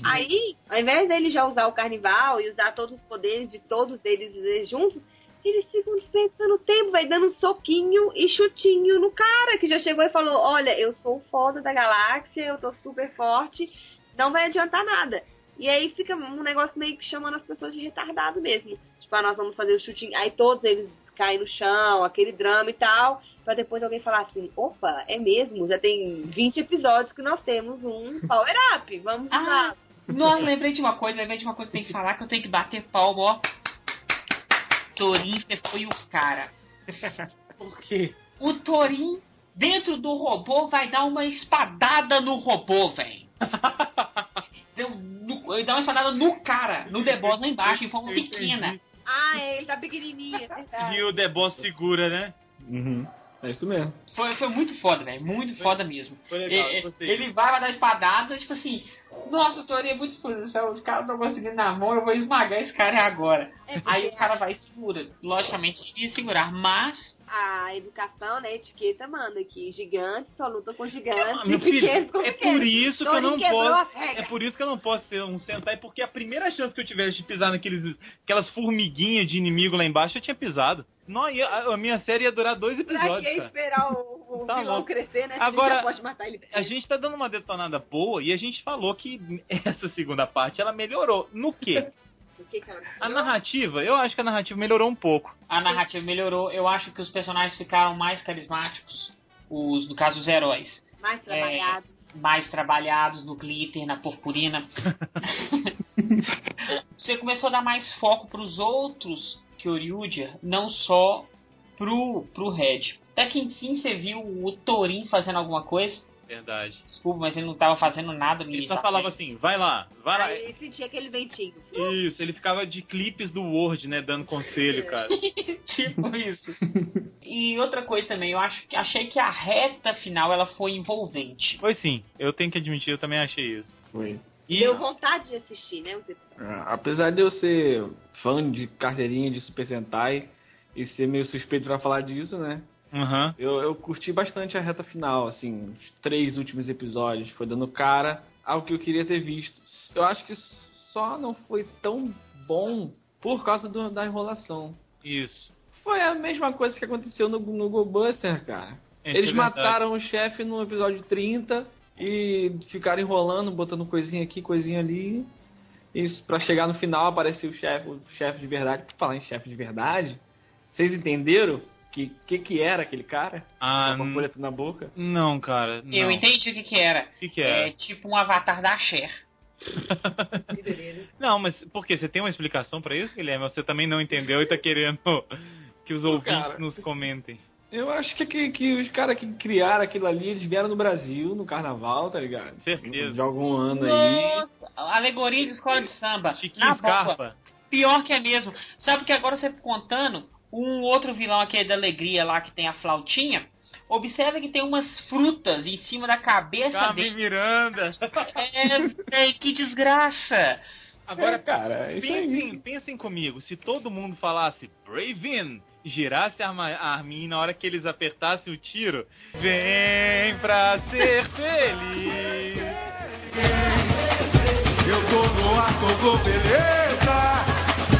Speaker 6: Aí, ao invés dele já usar o carnival e usar todos os poderes de todos eles eh, juntos, eles ficam desperdiçando tempo, vai dando um soquinho e chutinho no cara que já chegou e falou: Olha, eu sou o foda da galáxia, eu tô super forte, não vai adiantar nada. E aí fica um negócio meio que chamando as pessoas de retardado mesmo. Tipo, ah, nós vamos fazer o chutinho. Aí todos eles caem no chão, aquele drama e tal. Pra depois alguém falar assim: opa, é mesmo, já tem 20 episódios que nós temos um power up, vamos
Speaker 2: Ah,
Speaker 6: lá.
Speaker 2: Nossa, lembrei de uma coisa, lembrei de uma coisa que tem que falar, que eu tenho que bater palma, ó. Torin, você foi o cara.
Speaker 1: Por quê?
Speaker 2: O Torin, dentro do robô, vai dar uma espadada no robô, velho. Deu no- Ele dá uma espadada no cara, no The Boss lá embaixo, em forma
Speaker 1: Eu
Speaker 2: pequena.
Speaker 1: entendi.
Speaker 6: Ah, é, ele tá pequenininha, verdade.
Speaker 1: E o The Boss segura, né?
Speaker 11: Uhum. É isso mesmo.
Speaker 2: Foi, foi muito foda, velho. Muito foda mesmo.
Speaker 1: Foi
Speaker 2: É, é, ele vai, vai dar espadada, tipo assim, nossa, o Torin é muito exposição, os caras não estão conseguindo na mão, eu vou esmagar esse cara agora.
Speaker 6: É, porque
Speaker 2: Aí o cara vai e segura. Logicamente iria segurar, mas
Speaker 6: a educação, né, a etiqueta manda que gigantes só lutam com gigantes
Speaker 1: Ah,
Speaker 6: e
Speaker 1: meu filho,
Speaker 6: pequenos com
Speaker 1: é
Speaker 6: pequenos.
Speaker 1: por isso que eu
Speaker 6: Dory
Speaker 1: não
Speaker 6: quebrou
Speaker 1: posso.
Speaker 6: as regras.
Speaker 1: É por isso que eu não posso ser um Sentai, porque a primeira chance que eu tivesse de pisar naqueles aquelas formiguinhas de inimigo lá embaixo, eu tinha pisado. Não, ia- a, a minha série ia durar dois
Speaker 6: Pra que
Speaker 1: episódios, cara.
Speaker 6: esperar o, o
Speaker 1: É Tá
Speaker 6: vilão
Speaker 1: louco.
Speaker 6: crescer, né? se
Speaker 1: Agora,
Speaker 6: a gente já pode matar ele.
Speaker 1: A gente tá dando uma detonada boa e a gente falou que essa segunda parte ela melhorou. No quê?
Speaker 6: O que que ela-
Speaker 1: A narrativa, eu acho que a narrativa melhorou um pouco.
Speaker 2: a narrativa melhorou. Eu acho que os personagens ficaram mais carismáticos. os, no caso, os heróis.
Speaker 6: Mais trabalhado.
Speaker 1: É,
Speaker 2: mais trabalhados no glitter, na purpurina. Você começou a dar mais foco para os outros Kyoryuger, não só pro, pro Red. Até que enfim você viu o Torin fazendo alguma coisa.
Speaker 1: Verdade.
Speaker 2: Desculpa, mas ele não tava fazendo nada no
Speaker 1: Ele
Speaker 2: início
Speaker 1: só
Speaker 2: da
Speaker 1: falava
Speaker 2: série.
Speaker 1: assim, vai lá, vai lá.
Speaker 6: Aí sentia aquele dentinho.
Speaker 1: Isso, ele ficava de clipes do Word, né, dando conselho, cara.
Speaker 2: tipo isso. e outra coisa também, eu acho que achei que a reta final ela foi envolvente.
Speaker 1: Foi sim, eu tenho que admitir, eu também achei isso.
Speaker 11: Foi.
Speaker 1: E
Speaker 6: Deu vontade de assistir, né? Você-
Speaker 11: Ah, Apesar de eu ser fã de carteirinha de Super Sentai e ser meio suspeito pra falar disso, né?
Speaker 1: Aham.
Speaker 11: Eu, eu curti bastante a reta final, assim, os três últimos episódios, foi dando cara ao que eu queria ter visto. Eu acho que só não foi tão bom por causa do- da enrolação.
Speaker 1: isso.
Speaker 11: Foi a mesma coisa que aconteceu no, no Go Buster, cara.
Speaker 1: Isso
Speaker 11: Eles
Speaker 1: é verdade.
Speaker 11: mataram o chefe no episódio 30 e ficaram enrolando, botando coisinha aqui, coisinha ali. Isso, pra chegar no final apareceu o chefe, o chefe de verdade. Por falar em chefe de verdade, vocês entenderam que que, que era aquele cara?
Speaker 1: Ah,
Speaker 11: Com a
Speaker 1: n-
Speaker 11: folha na boca?
Speaker 1: não, cara. Não.
Speaker 2: Eu entendi o que que era.
Speaker 1: O que, que
Speaker 2: É.
Speaker 1: é?
Speaker 2: tipo um avatar da Cher.
Speaker 1: Não, mas por quê? Você tem uma explicação pra isso, Guilherme? Você também não entendeu e tá querendo que os ouvintes
Speaker 11: cara.
Speaker 1: nos comentem.
Speaker 11: Eu acho que, que, que os caras que criaram aquilo ali, eles vieram no Brasil, no carnaval, tá ligado?
Speaker 1: Certeza.
Speaker 11: De algum ano aí.
Speaker 2: Nossa, alegoria de escola de samba.
Speaker 1: Chiquinho
Speaker 2: Na bomba.
Speaker 1: Scarpa.
Speaker 2: Pior que é mesmo. Sabe que agora você contando, um outro vilão aqui da alegria lá que tem a flautinha. Observa que tem umas frutas em cima da cabeça
Speaker 1: Carmen
Speaker 2: dele.
Speaker 1: Miranda.
Speaker 2: É, véi, que desgraça!
Speaker 11: Agora, cara, é isso aí.
Speaker 1: Pensem, pensem comigo, se todo mundo falasse Bravin, girasse a, arma, a arminha e na hora que eles apertassem o tiro, vem pra ser feliz.
Speaker 12: Eu tô no ar, tô, tô beleza.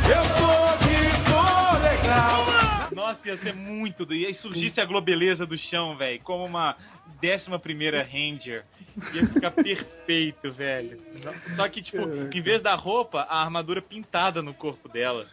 Speaker 12: Eu tô de tô legal.
Speaker 1: Nossa, ia ser muito. do- E aí surgisse a globeleza do chão, velho, como uma 11 primeira Ranger. Ia ficar perfeito, velho. Só que, tipo, em vez da roupa, a armadura pintada no corpo dela.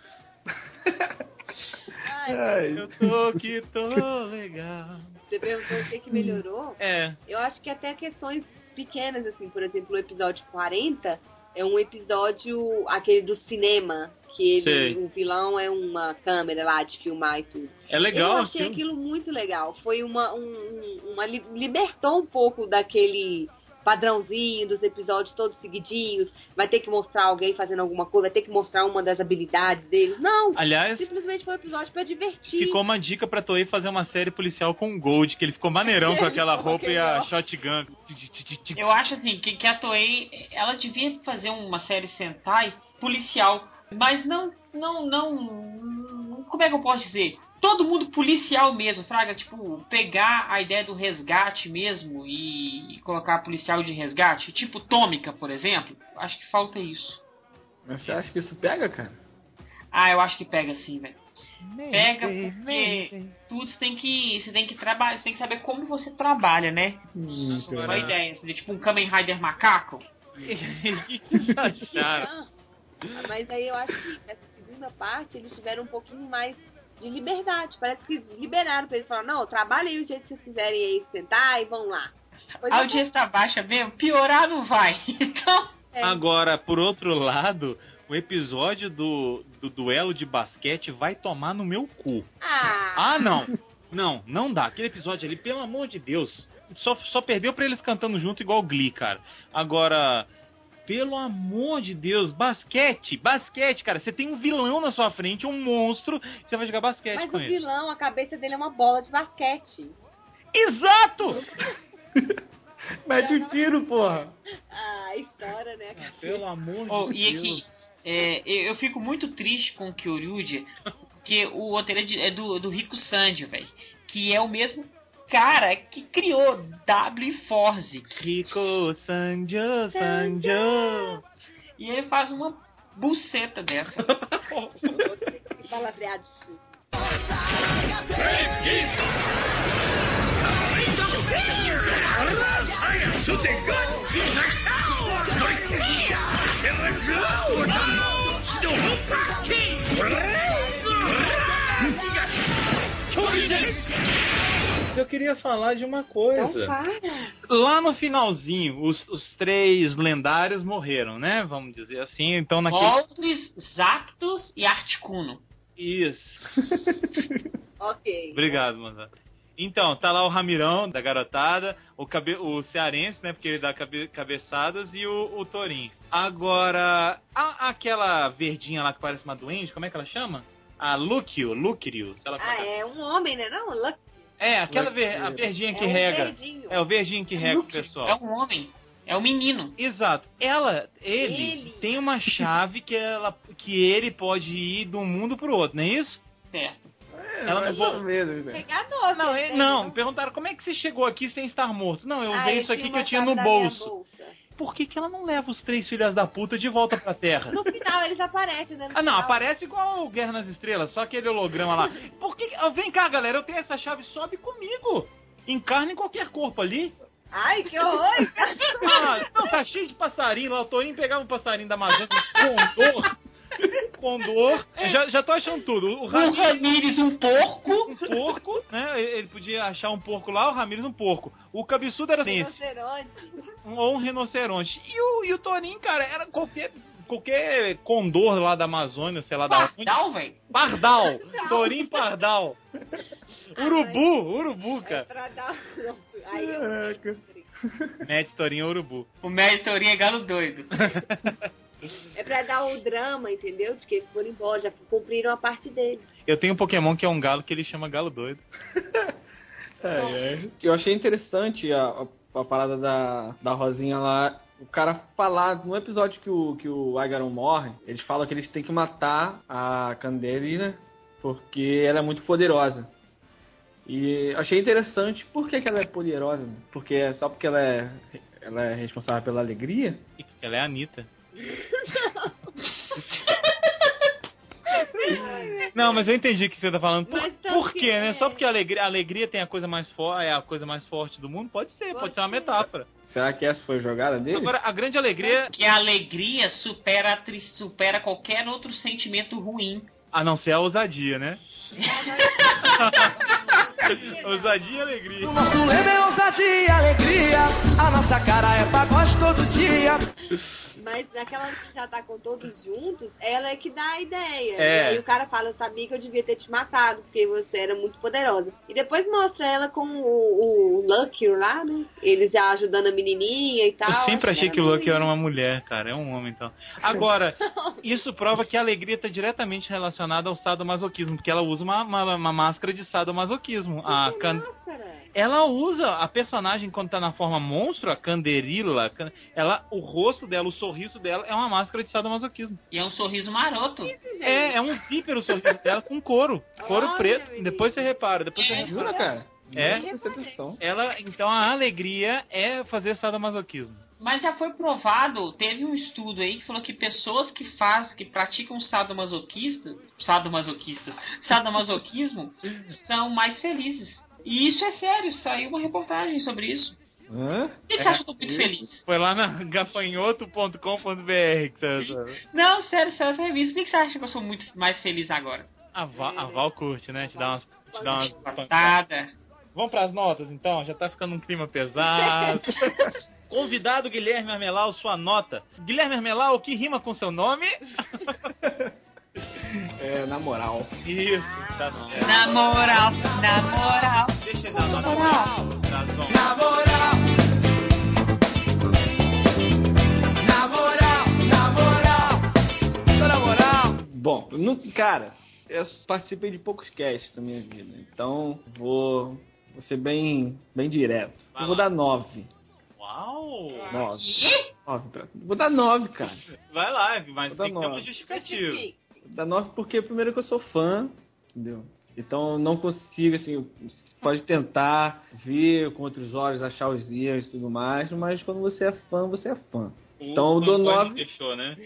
Speaker 11: Ai,
Speaker 1: Eu tô que tô legal.
Speaker 6: Você perguntou o que, que melhorou.
Speaker 1: É,
Speaker 6: Eu acho que até questões pequenas, assim, por exemplo, o episódio 40 é um episódio, aquele do cinema, que ele,
Speaker 1: Sei.
Speaker 6: o vilão é uma câmera lá de filmar e tudo.
Speaker 1: é
Speaker 6: Eu
Speaker 1: legal.
Speaker 6: achei
Speaker 1: assim.
Speaker 6: aquilo muito legal. Foi uma, um- um- uma. li- Libertou um pouco daquele padrãozinho dos episódios todos seguidinhos. Vai ter que mostrar alguém fazendo alguma coisa, vai ter que mostrar uma das habilidades dele. Não!
Speaker 1: Aliás,
Speaker 6: Simplesmente foi um episódio pra divertir.
Speaker 1: Ficou uma dica pra Toei fazer uma série policial com o Gold, que ele ficou maneirão com aquela roupa e a shotgun.
Speaker 2: Eu acho assim que, que a Toei ela devia fazer uma série Sentai policial, mas não, não, não. Como é que eu posso dizer? Todo mundo policial mesmo, Fraga, tipo, pegar a ideia do resgate mesmo e colocar policial de resgate, tipo Tômica, por exemplo. Acho que falta isso.
Speaker 11: mas você acha que isso pega, cara?
Speaker 2: Ah, eu acho que pega sim, velho. Pega porque tudo você tem que. Você tem que trabalhar, você tem que saber como você trabalha, né?
Speaker 11: Hum, cara.
Speaker 2: Uma ideia, assim, tipo um Kamen Rider macaco.
Speaker 1: Acharam.
Speaker 6: Ah, Mas aí eu acho que essa segunda parte eles tiveram um pouquinho mais de liberdade. Parece que liberaram pra eles falar, não, trabalha aí o jeito que vocês quiserem aí, sentar e vão lá. Pois é.
Speaker 2: A audiência tá baixa mesmo, piorar não vai. Então,
Speaker 6: é,
Speaker 1: Agora, por outro lado, o episódio do, do duelo de basquete vai tomar no meu cu.
Speaker 6: Ah,
Speaker 1: Ah, não. Não, não dá. Aquele episódio ali, pelo amor de Deus. Só, só perdeu pra eles cantando junto igual o Glee, cara. Agora, pelo amor de Deus, basquete, basquete, cara. Você tem um vilão na sua frente, um monstro, você vai jogar basquete
Speaker 6: mas
Speaker 1: com
Speaker 6: o
Speaker 1: ele.
Speaker 6: vilão, a cabeça dele é uma bola de basquete.
Speaker 1: Exato!
Speaker 11: Mete o tiro, porra!
Speaker 6: Então, Ah, história, né? cara?
Speaker 1: Pelo amor
Speaker 2: oh,
Speaker 1: de
Speaker 2: e
Speaker 1: Deus.
Speaker 2: aqui, é, eu eu fico muito triste com o Kyoryuji, porque o roteiro é, de- é do, do Rico Sandy, velho. Que é o mesmo cara que criou W Force.
Speaker 1: Rico, Sanjo, Sanjo.
Speaker 2: E ele faz uma buceta dessa.
Speaker 6: Que palavreado.
Speaker 11: eu queria falar de uma
Speaker 6: Então
Speaker 11: coisa.
Speaker 6: para.
Speaker 1: Lá no finalzinho, os, os três lendários morreram, né? Vamos dizer assim. Então naquele.
Speaker 2: Moltres, Zapdos e Articuno.
Speaker 1: Isso.
Speaker 6: Ok.
Speaker 1: Obrigado, moça. Então, tá lá o Ramirão da garotada, o, cabe... o cearense, né? Porque ele dá cabe... cabeçadas, e o, o Torinho. Agora, a- aquela verdinha lá que parece uma doente, como é que ela chama? A Lucio, Lucrio, sei lá como
Speaker 6: Ah,
Speaker 1: é.
Speaker 6: é um homem, né? Não, Lucky.
Speaker 1: que- É, aquela ver... a verdinha que
Speaker 6: é um
Speaker 1: rega.
Speaker 6: verdinho.
Speaker 1: É o verdinho que rega o
Speaker 2: Luke
Speaker 1: pessoal.
Speaker 2: É um homem. É um menino.
Speaker 1: Exato. Ela, ele,
Speaker 6: Ele.
Speaker 1: tem uma chave que ela que ele pode ir de um mundo pro outro, não é isso?
Speaker 2: Certo.
Speaker 11: É,
Speaker 1: ela não vo-
Speaker 11: mesmo, né?
Speaker 6: Pegador,
Speaker 1: Não,
Speaker 6: né?
Speaker 1: ele- não, perguntaram como é que você chegou aqui sem estar morto. Não, eu
Speaker 6: Ah,
Speaker 1: usei isso aqui
Speaker 6: tinha
Speaker 1: que eu
Speaker 6: uma
Speaker 1: tinha
Speaker 6: chave
Speaker 1: no
Speaker 6: na minha
Speaker 1: bolso.
Speaker 6: bolsa.
Speaker 1: Por que, que ela não leva os três filhas da puta de volta pra terra?
Speaker 6: No final eles aparecem, né? No
Speaker 1: Ah, não,
Speaker 6: final.
Speaker 1: aparece igual o Guerra nas Estrelas, só aquele holograma lá. Por que. que- ah, Vem cá, galera, eu tenho essa chave, sobe comigo. Encarna em qualquer corpo ali.
Speaker 6: Ai, que horror! cara.
Speaker 1: Ah, não, tá cheio de passarinho lá. O Torinho pegava um passarinho da Amazônia, condor. Condor. Já, já tô achando tudo. O
Speaker 2: É. Um
Speaker 1: Ramiro
Speaker 2: Ramires, um porco.
Speaker 1: um porco, né? Ele podia achar um porco lá, o Ramiro um porco. O cabeçudo era esse,
Speaker 6: Rinoceronte.
Speaker 1: um- ou um rinoceronte. E o, e o Torinho, cara, era qualquer. Qualquer condor lá da Amazônia, sei lá da onde.
Speaker 2: Pardal, velho.
Speaker 1: Pardal! Torim Pardal! Urubu! Urubu,
Speaker 6: É
Speaker 1: cara!
Speaker 6: pra dar. Aí eu-
Speaker 1: Mete Torinho Urubu.
Speaker 2: O Mary Torinho é galo doido.
Speaker 6: É pra dar o drama, entendeu? De que eles foram embora, já cumpriram a parte deles.
Speaker 1: Eu tenho um Pokémon que é um galo que ele chama Galo Doido.
Speaker 11: É, é. Eu achei interessante a, a, a parada da, da Rosinha lá. O cara falar, no episódio que o, que o Agaron morre, eles falam que eles têm que matar a Candelina porque ela é muito poderosa. E eu achei interessante por que, que ela é poderosa. né? Porque é só porque ela é, ela é responsável pela alegria?
Speaker 1: Ela é a Anitta. Não, mas eu entendi o que você tá falando. Por,
Speaker 6: Mas tá
Speaker 1: por
Speaker 6: que
Speaker 1: quê, né?
Speaker 6: é.
Speaker 1: Só porque a alegria, a alegria tem a coisa mais forte, é a coisa mais forte do mundo? Pode ser, pode,
Speaker 6: Pode
Speaker 1: ser uma
Speaker 6: ser.
Speaker 1: metáfora.
Speaker 11: Será que essa foi a jogada dele?
Speaker 1: Agora, a grande alegria,
Speaker 2: Que a alegria supera, a tri- supera qualquer outro sentimento ruim.
Speaker 1: a não ser a ousadia, né? ousadia e alegria.
Speaker 12: O nosso lema é ousadia e alegria. A nossa cara é pagode todo dia.
Speaker 6: Mas naquela que já tá com todos juntos, ela é que dá a ideia.
Speaker 1: É.
Speaker 6: E aí o cara fala, eu sabia que eu devia ter te matado, porque você era muito poderosa. E depois mostra ela com o, o Lucky lá, né? Ele já ajudando a menininha e tal.
Speaker 1: Eu sempre achei que o Lucky
Speaker 6: Lucky
Speaker 1: era uma mulher, cara. É um homem, então. Agora, isso prova que a alegria tá diretamente relacionada ao sadomasoquismo, porque ela usa uma, uma, uma máscara de sadomasoquismo. A
Speaker 6: Uhum.
Speaker 1: Can-
Speaker 6: né?
Speaker 1: Ela usa a personagem quando tá na forma monstro, a Canderila. can- Ela, o rosto dela, o sorriso dela é uma máscara de sadomasoquismo.
Speaker 2: E é um sorriso maroto.
Speaker 1: É, é um zíper o sorriso dela com couro. Couro
Speaker 6: Olha,
Speaker 1: preto.
Speaker 6: menino.
Speaker 1: Depois você repara, depois você repara.
Speaker 11: Jura, cara?
Speaker 1: É.
Speaker 11: Não prestei atenção.
Speaker 1: Ela, então a alegria é fazer sadomasoquismo.
Speaker 2: Mas já foi provado, teve um estudo aí que falou que pessoas que faz, que praticam sadomasoquista, sadomasoquistas, sadomasoquismo, são mais felizes. E isso é sério, saiu uma reportagem sobre isso.
Speaker 11: Hã?
Speaker 2: Por que que você acha que eu tô muito feliz?
Speaker 1: Foi lá na gafanhoto.com.br que você...
Speaker 2: Não, sério, saiu essa revista. Por que que você acha que eu sou muito mais feliz agora?
Speaker 1: A Val, a Val curte, né? Te dá umas. Te dá umas pancadas.
Speaker 2: Patada.
Speaker 1: Vamos pras notas então, já tá ficando um clima pesado. Convidado Guilherme Armelau, sua nota. Guilherme Armelau, o que rima com seu nome?
Speaker 11: É, na moral.
Speaker 1: Isso, tá bom.
Speaker 2: Na moral, na moral.
Speaker 1: Deixa eu dar uma nota. Tá bom.
Speaker 12: Na moral. Na moral, na moral. Só na moral.
Speaker 11: Bom, eu nu- cara, eu participei de poucos casts na minha vida, então vou, vou ser bem, bem direto.
Speaker 1: Vai
Speaker 11: Eu vou
Speaker 1: lá.
Speaker 11: dar nove.
Speaker 1: Uau!
Speaker 11: Nove.
Speaker 2: Que?
Speaker 11: nove pra- Vou dar nove, cara.
Speaker 1: Vai lá, mas
Speaker 11: Tá
Speaker 1: tem que ter um
Speaker 11: bom.
Speaker 1: uma justificativa.
Speaker 11: Vou dar nove porque, primeiro, que eu sou fã, entendeu? Então eu não consigo, assim, eu- pode tentar ver com outros olhos, achar os erros e tudo mais, mas quando você é fã, você é fã. Então, eu dou
Speaker 1: Antônio
Speaker 11: nove.
Speaker 1: Deixou, né?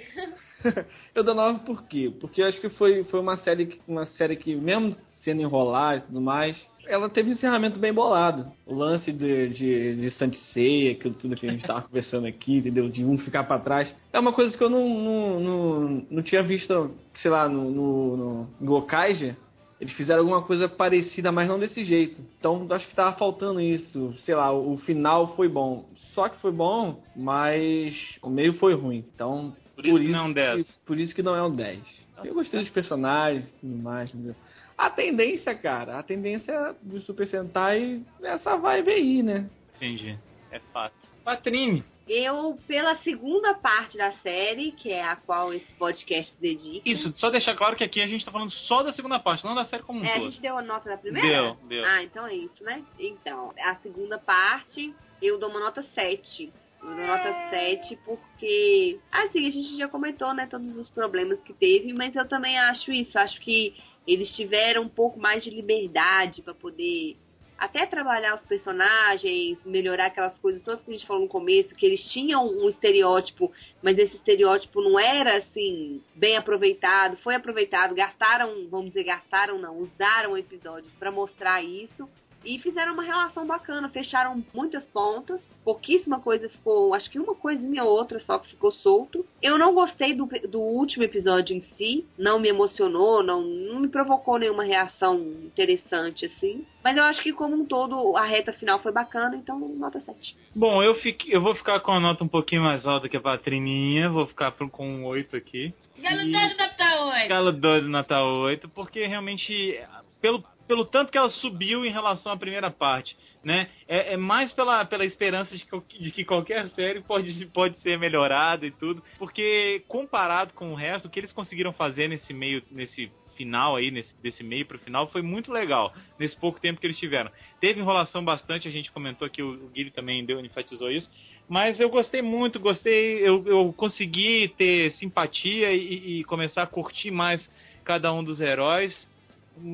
Speaker 11: Eu dou 9 por quê? Porque eu acho que foi, foi uma, série que, uma série que, mesmo sendo enrolada e tudo mais, ela teve um encerramento bem bolado. O lance de, de, de Santa Ceia, aquilo tudo que a gente estava conversando aqui, entendeu? De um ficar para trás. É uma coisa que eu não, não, não, não tinha visto, sei lá, no, no, no Gokaiger. Eles fizeram alguma coisa parecida, mas não desse jeito. Então acho que tava faltando isso. Sei lá, o final foi bom. Só que foi bom, mas o meio foi ruim. Então.
Speaker 1: Por isso que não é um Tá 10.
Speaker 11: que- por isso que não é um 10. Eu gostei dos personagens e tudo mais, entendeu? A tendência, cara, a tendência do Super Sentai é essa vibe aí, né?
Speaker 1: Entendi. É fato. Patrine.
Speaker 13: Eu, pela segunda parte da série, que é a qual esse podcast se dedica.
Speaker 1: Isso, só deixar claro que aqui a gente tá falando só da segunda parte, não da série como um
Speaker 13: É, a
Speaker 1: todo.
Speaker 13: gente deu a nota da primeira?
Speaker 1: Deu, deu.
Speaker 13: Ah, então é isso, né? Então, a segunda parte, eu dou uma nota 7. Eu dou nota 7 porque, assim, a gente já comentou, né, todos os problemas que teve, mas eu também acho isso. Acho que eles tiveram um pouco mais de liberdade pra poder até trabalhar os personagens, melhorar aquelas coisas todas que a gente falou no começo, que eles tinham um estereótipo mas esse estereótipo não era assim bem aproveitado, foi aproveitado, gastaram, vamos dizer, gastaram não, usaram episódios pra mostrar isso e fizeram uma relação bacana, fecharam muitas pontas, pouquíssima coisa ficou, acho que uma coisinha ou outra só que ficou solto. Eu não gostei do, do último episódio em si, não me emocionou, não, não me provocou nenhuma reação interessante assim, mas eu acho que como um todo a reta final foi bacana, então nota 7.
Speaker 1: Bom, eu, fiquei, eu vou ficar com a nota um pouquinho mais alta que a Patrininha, vou ficar pro- com um 8 aqui.
Speaker 5: Galantando da Taoi.
Speaker 1: Calo 12 Natal 8, porque realmente, pelo, pelo tanto que ela subiu em relação à primeira parte, né? É, é mais pela, pela esperança de que, qual- de que qualquer série pode, pode ser melhorada e tudo, porque comparado com o resto, o que eles conseguiram fazer nesse meio, nesse final aí, nesse, desse meio pro final, foi muito legal, nesse pouco tempo que eles tiveram. Teve enrolação bastante, a gente comentou que o, o Guilherme também deu, enfatizou isso, mas eu gostei muito, gostei, eu, eu consegui ter simpatia e, e começar a curtir mais cada um dos heróis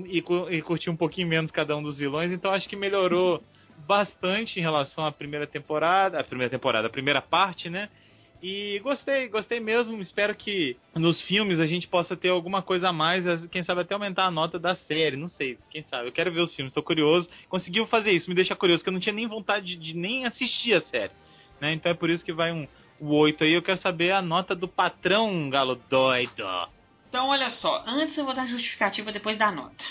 Speaker 1: e, cu- e curtir um pouquinho menos cada um dos vilões, então acho que melhorou bastante em relação à primeira temporada, a primeira temporada, a primeira parte, né? E gostei, gostei mesmo. Espero que nos filmes a gente possa ter alguma coisa a mais, as- quem sabe até aumentar a nota da série, não sei, quem sabe. Eu quero ver os filmes, tô curioso. Conseguiu fazer isso, me deixa curioso, que eu não tinha nem vontade de, de nem assistir a série né? Então é por isso que vai um, um 8 aí. Eu quero saber a nota do patrão, galo doido.
Speaker 2: Então, olha só, antes eu vou dar justificativa, depois da nota.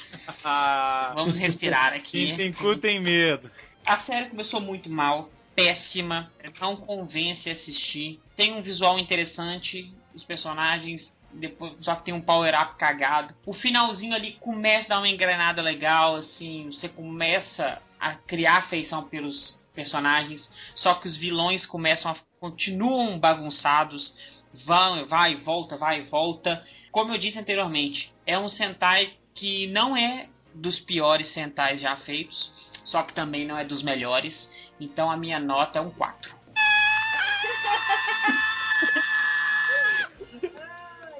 Speaker 2: Vamos respirar aqui.
Speaker 1: Quem tem cu tem medo.
Speaker 2: A série começou muito mal, péssima, não convence a assistir. Tem um visual interessante, os personagens, depois só que tem um power-up cagado. O finalzinho ali começa a dar uma engrenada legal, assim, você começa a criar afeição pelos personagens, só que os vilões começam a continuam bagunçados, vão, vai, volta, vai, volta. Como eu disse anteriormente, é um Sentai que não é dos piores Sentais já feitos, só que também não é dos melhores. Então a minha nota é um 4.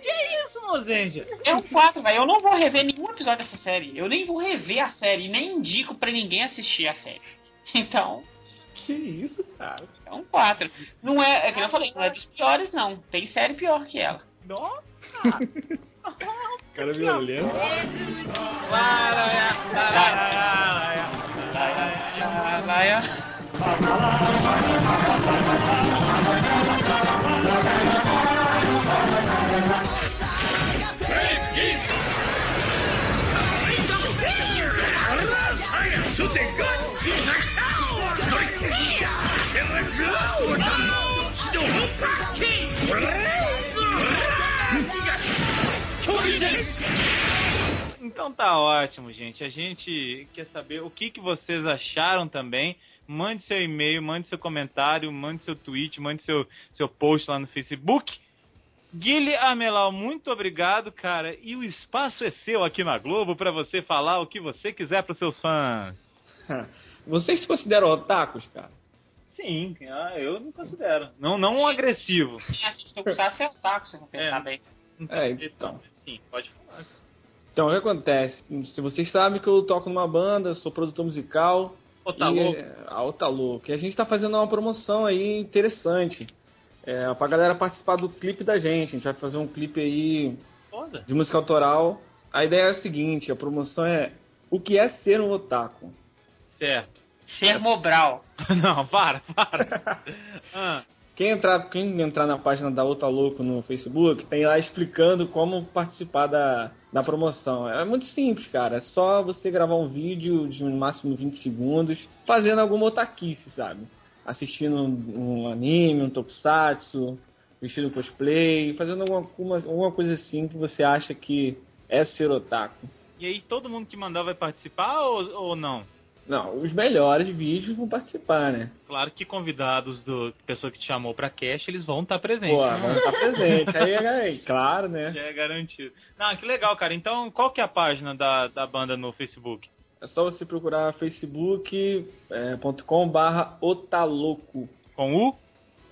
Speaker 1: Isso, Mozenja.
Speaker 2: É um 4, velho. Eu não vou rever nenhum episódio dessa série. Eu nem vou rever a série. e Nem indico pra ninguém assistir a série. Então,
Speaker 11: Que isso, cara?
Speaker 2: é um 4. Não é, é que eu falei, não é dos piores, não. Tem série pior que ela.
Speaker 1: Nossa,
Speaker 11: Cara violento.
Speaker 2: Lá, lá, é.
Speaker 1: Então tá ótimo, gente. A gente quer saber o que, que vocês acharam também. Mande seu e-mail, mande seu comentário, mande seu tweet, mande seu, seu post lá no Facebook. Guilherme Amelau, muito obrigado, cara. E o espaço é seu aqui na Globo pra você falar o que você quiser pros seus fãs.
Speaker 11: Vocês se consideram otakus, cara?
Speaker 1: Sim, ah, eu não considero. Não, não um agressivo.
Speaker 2: Quem assiste Tokusatsu é otaku, se você pensar
Speaker 1: É.
Speaker 2: bem.
Speaker 11: É, então.
Speaker 1: Sim, pode falar.
Speaker 11: Então, o que acontece? Se vocês sabem que eu toco numa banda, sou produtor musical,
Speaker 1: Ô, tá louco.
Speaker 11: A Outa Louca. E a gente é, ah, tá fazendo uma promoção aí interessante. É, pra galera participar do clipe da gente. A gente vai fazer um clipe aí
Speaker 1: Foda.
Speaker 11: de música autoral. A ideia é a seguinte, a promoção é o que é ser um otaku?
Speaker 1: Certo.
Speaker 2: Sermobral.
Speaker 1: Não, para, para. Ah,
Speaker 11: Quem entrar, quem entrar na página da Outra Louco no Facebook, tem lá explicando como participar da, da promoção. É muito simples, cara. É só você gravar um vídeo de no máximo 20 segundos, fazendo alguma otaquice, sabe? Assistindo um, um anime, um tokusatsu, vestindo cosplay, fazendo alguma, alguma, alguma coisa assim que você acha que é ser otaku.
Speaker 1: E aí todo mundo que mandar vai participar ou, ou não?
Speaker 11: Não, os melhores vídeos vão participar, né?
Speaker 1: Claro que convidados do pessoa que te chamou pra cast, eles vão estar presentes.
Speaker 11: Pô,
Speaker 1: né?
Speaker 11: vamos estar presente. Aí, aí, claro, né?
Speaker 1: Já é garantido. Não, que legal, cara. Então, qual que é a página da, da banda no Facebook?
Speaker 11: É só você procurar facebook.com barra otaloco
Speaker 1: Com o?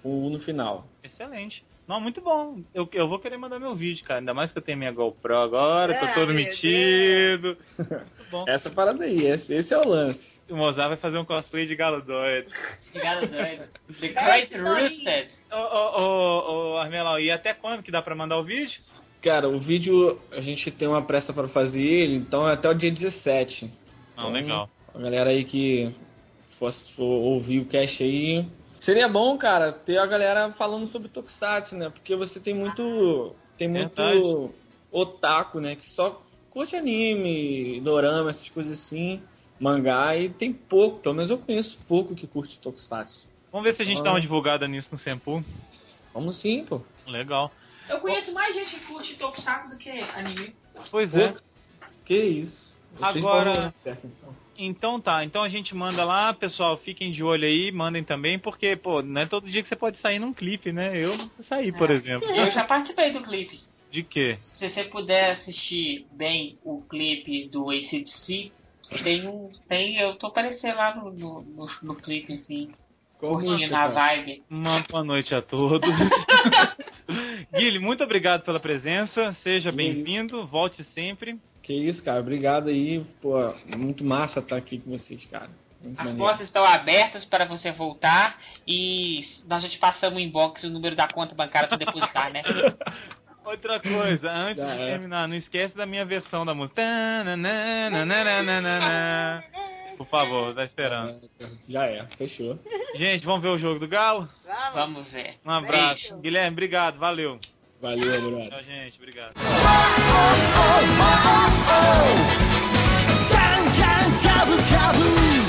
Speaker 11: com o U no final.
Speaker 1: Excelente. Não, muito bom. Eu, eu vou querer mandar meu vídeo, cara. Ainda mais que eu tenho minha GoPro agora, tô
Speaker 6: Ah,
Speaker 1: todo
Speaker 6: meu
Speaker 1: metido. Muito bom.
Speaker 11: Essa parada aí, esse, esse é o lance.
Speaker 1: O Mozart vai fazer um cosplay de galo doido.
Speaker 2: Obrigado, doido. The Great Roosted.
Speaker 1: Ô, ô, ô, ô, Armelau, e até quando que dá pra mandar o vídeo?
Speaker 11: Cara, o vídeo a gente tem uma pressa pra fazer ele, então é até o dia 17.
Speaker 1: Não,
Speaker 11: Então,
Speaker 1: legal.
Speaker 11: A galera aí que fosse for ouvir o cast aí. Seria bom, cara, ter a galera falando sobre Tokusatsu, né? Porque você tem muito. Tem muito
Speaker 1: É Verdade.
Speaker 11: otaku, né? Que só curte anime, dorama, essas coisas assim, mangá, e tem pouco, pelo menos eu conheço pouco que curte Tokusatsu.
Speaker 1: Vamos ver se a gente dá uma divulgada nisso no Sempu.
Speaker 11: Vamos sim, pô.
Speaker 1: Legal.
Speaker 2: Eu conheço mais gente que curte Tokusatsu do que anime.
Speaker 1: Pois é.
Speaker 11: Que isso. Vocês
Speaker 1: Agora-
Speaker 11: vão dar certo, então.
Speaker 1: Então tá, então a gente manda lá, pessoal, fiquem de olho aí, mandem também, porque, pô, não é todo dia que você pode sair num clipe, né? Eu saí, por exemplo.
Speaker 2: Eu já participei do clipe.
Speaker 1: De quê?
Speaker 2: Se você puder assistir bem o clipe do ACDC, tem um. Tem, eu tô aparecendo lá no, no, no, no clipe, assim,
Speaker 11: Qual
Speaker 2: curtindo
Speaker 11: música,
Speaker 2: na
Speaker 11: cara?
Speaker 2: vibe.
Speaker 1: Uma boa noite a todos. Guilherme, muito obrigado pela presença, seja
Speaker 11: Que
Speaker 1: bem-vindo, volte sempre.
Speaker 11: Que isso, cara. Obrigado aí. Pô, muito massa estar aqui com vocês, cara. Muito
Speaker 2: As
Speaker 11: maneiro.
Speaker 2: portas estão abertas para você voltar e nós já te passamos o inbox e o número da conta bancária para depositar, né?
Speaker 1: Outra coisa, antes
Speaker 11: Já
Speaker 1: de
Speaker 11: é.
Speaker 1: terminar, não esquece da minha versão da música. Tananana, Por favor, tá esperando.
Speaker 11: Já é, fechou.
Speaker 1: Gente, vamos ver o jogo do Galo?
Speaker 6: Vamos.
Speaker 2: Vamos ver.
Speaker 1: Um abraço. Guilherme, obrigado, valeu.
Speaker 11: Valeu, obrigado.
Speaker 1: Tchau, gente, obrigado.
Speaker 12: Oh, oh, oh, oh. Can, can, kabu, kabu.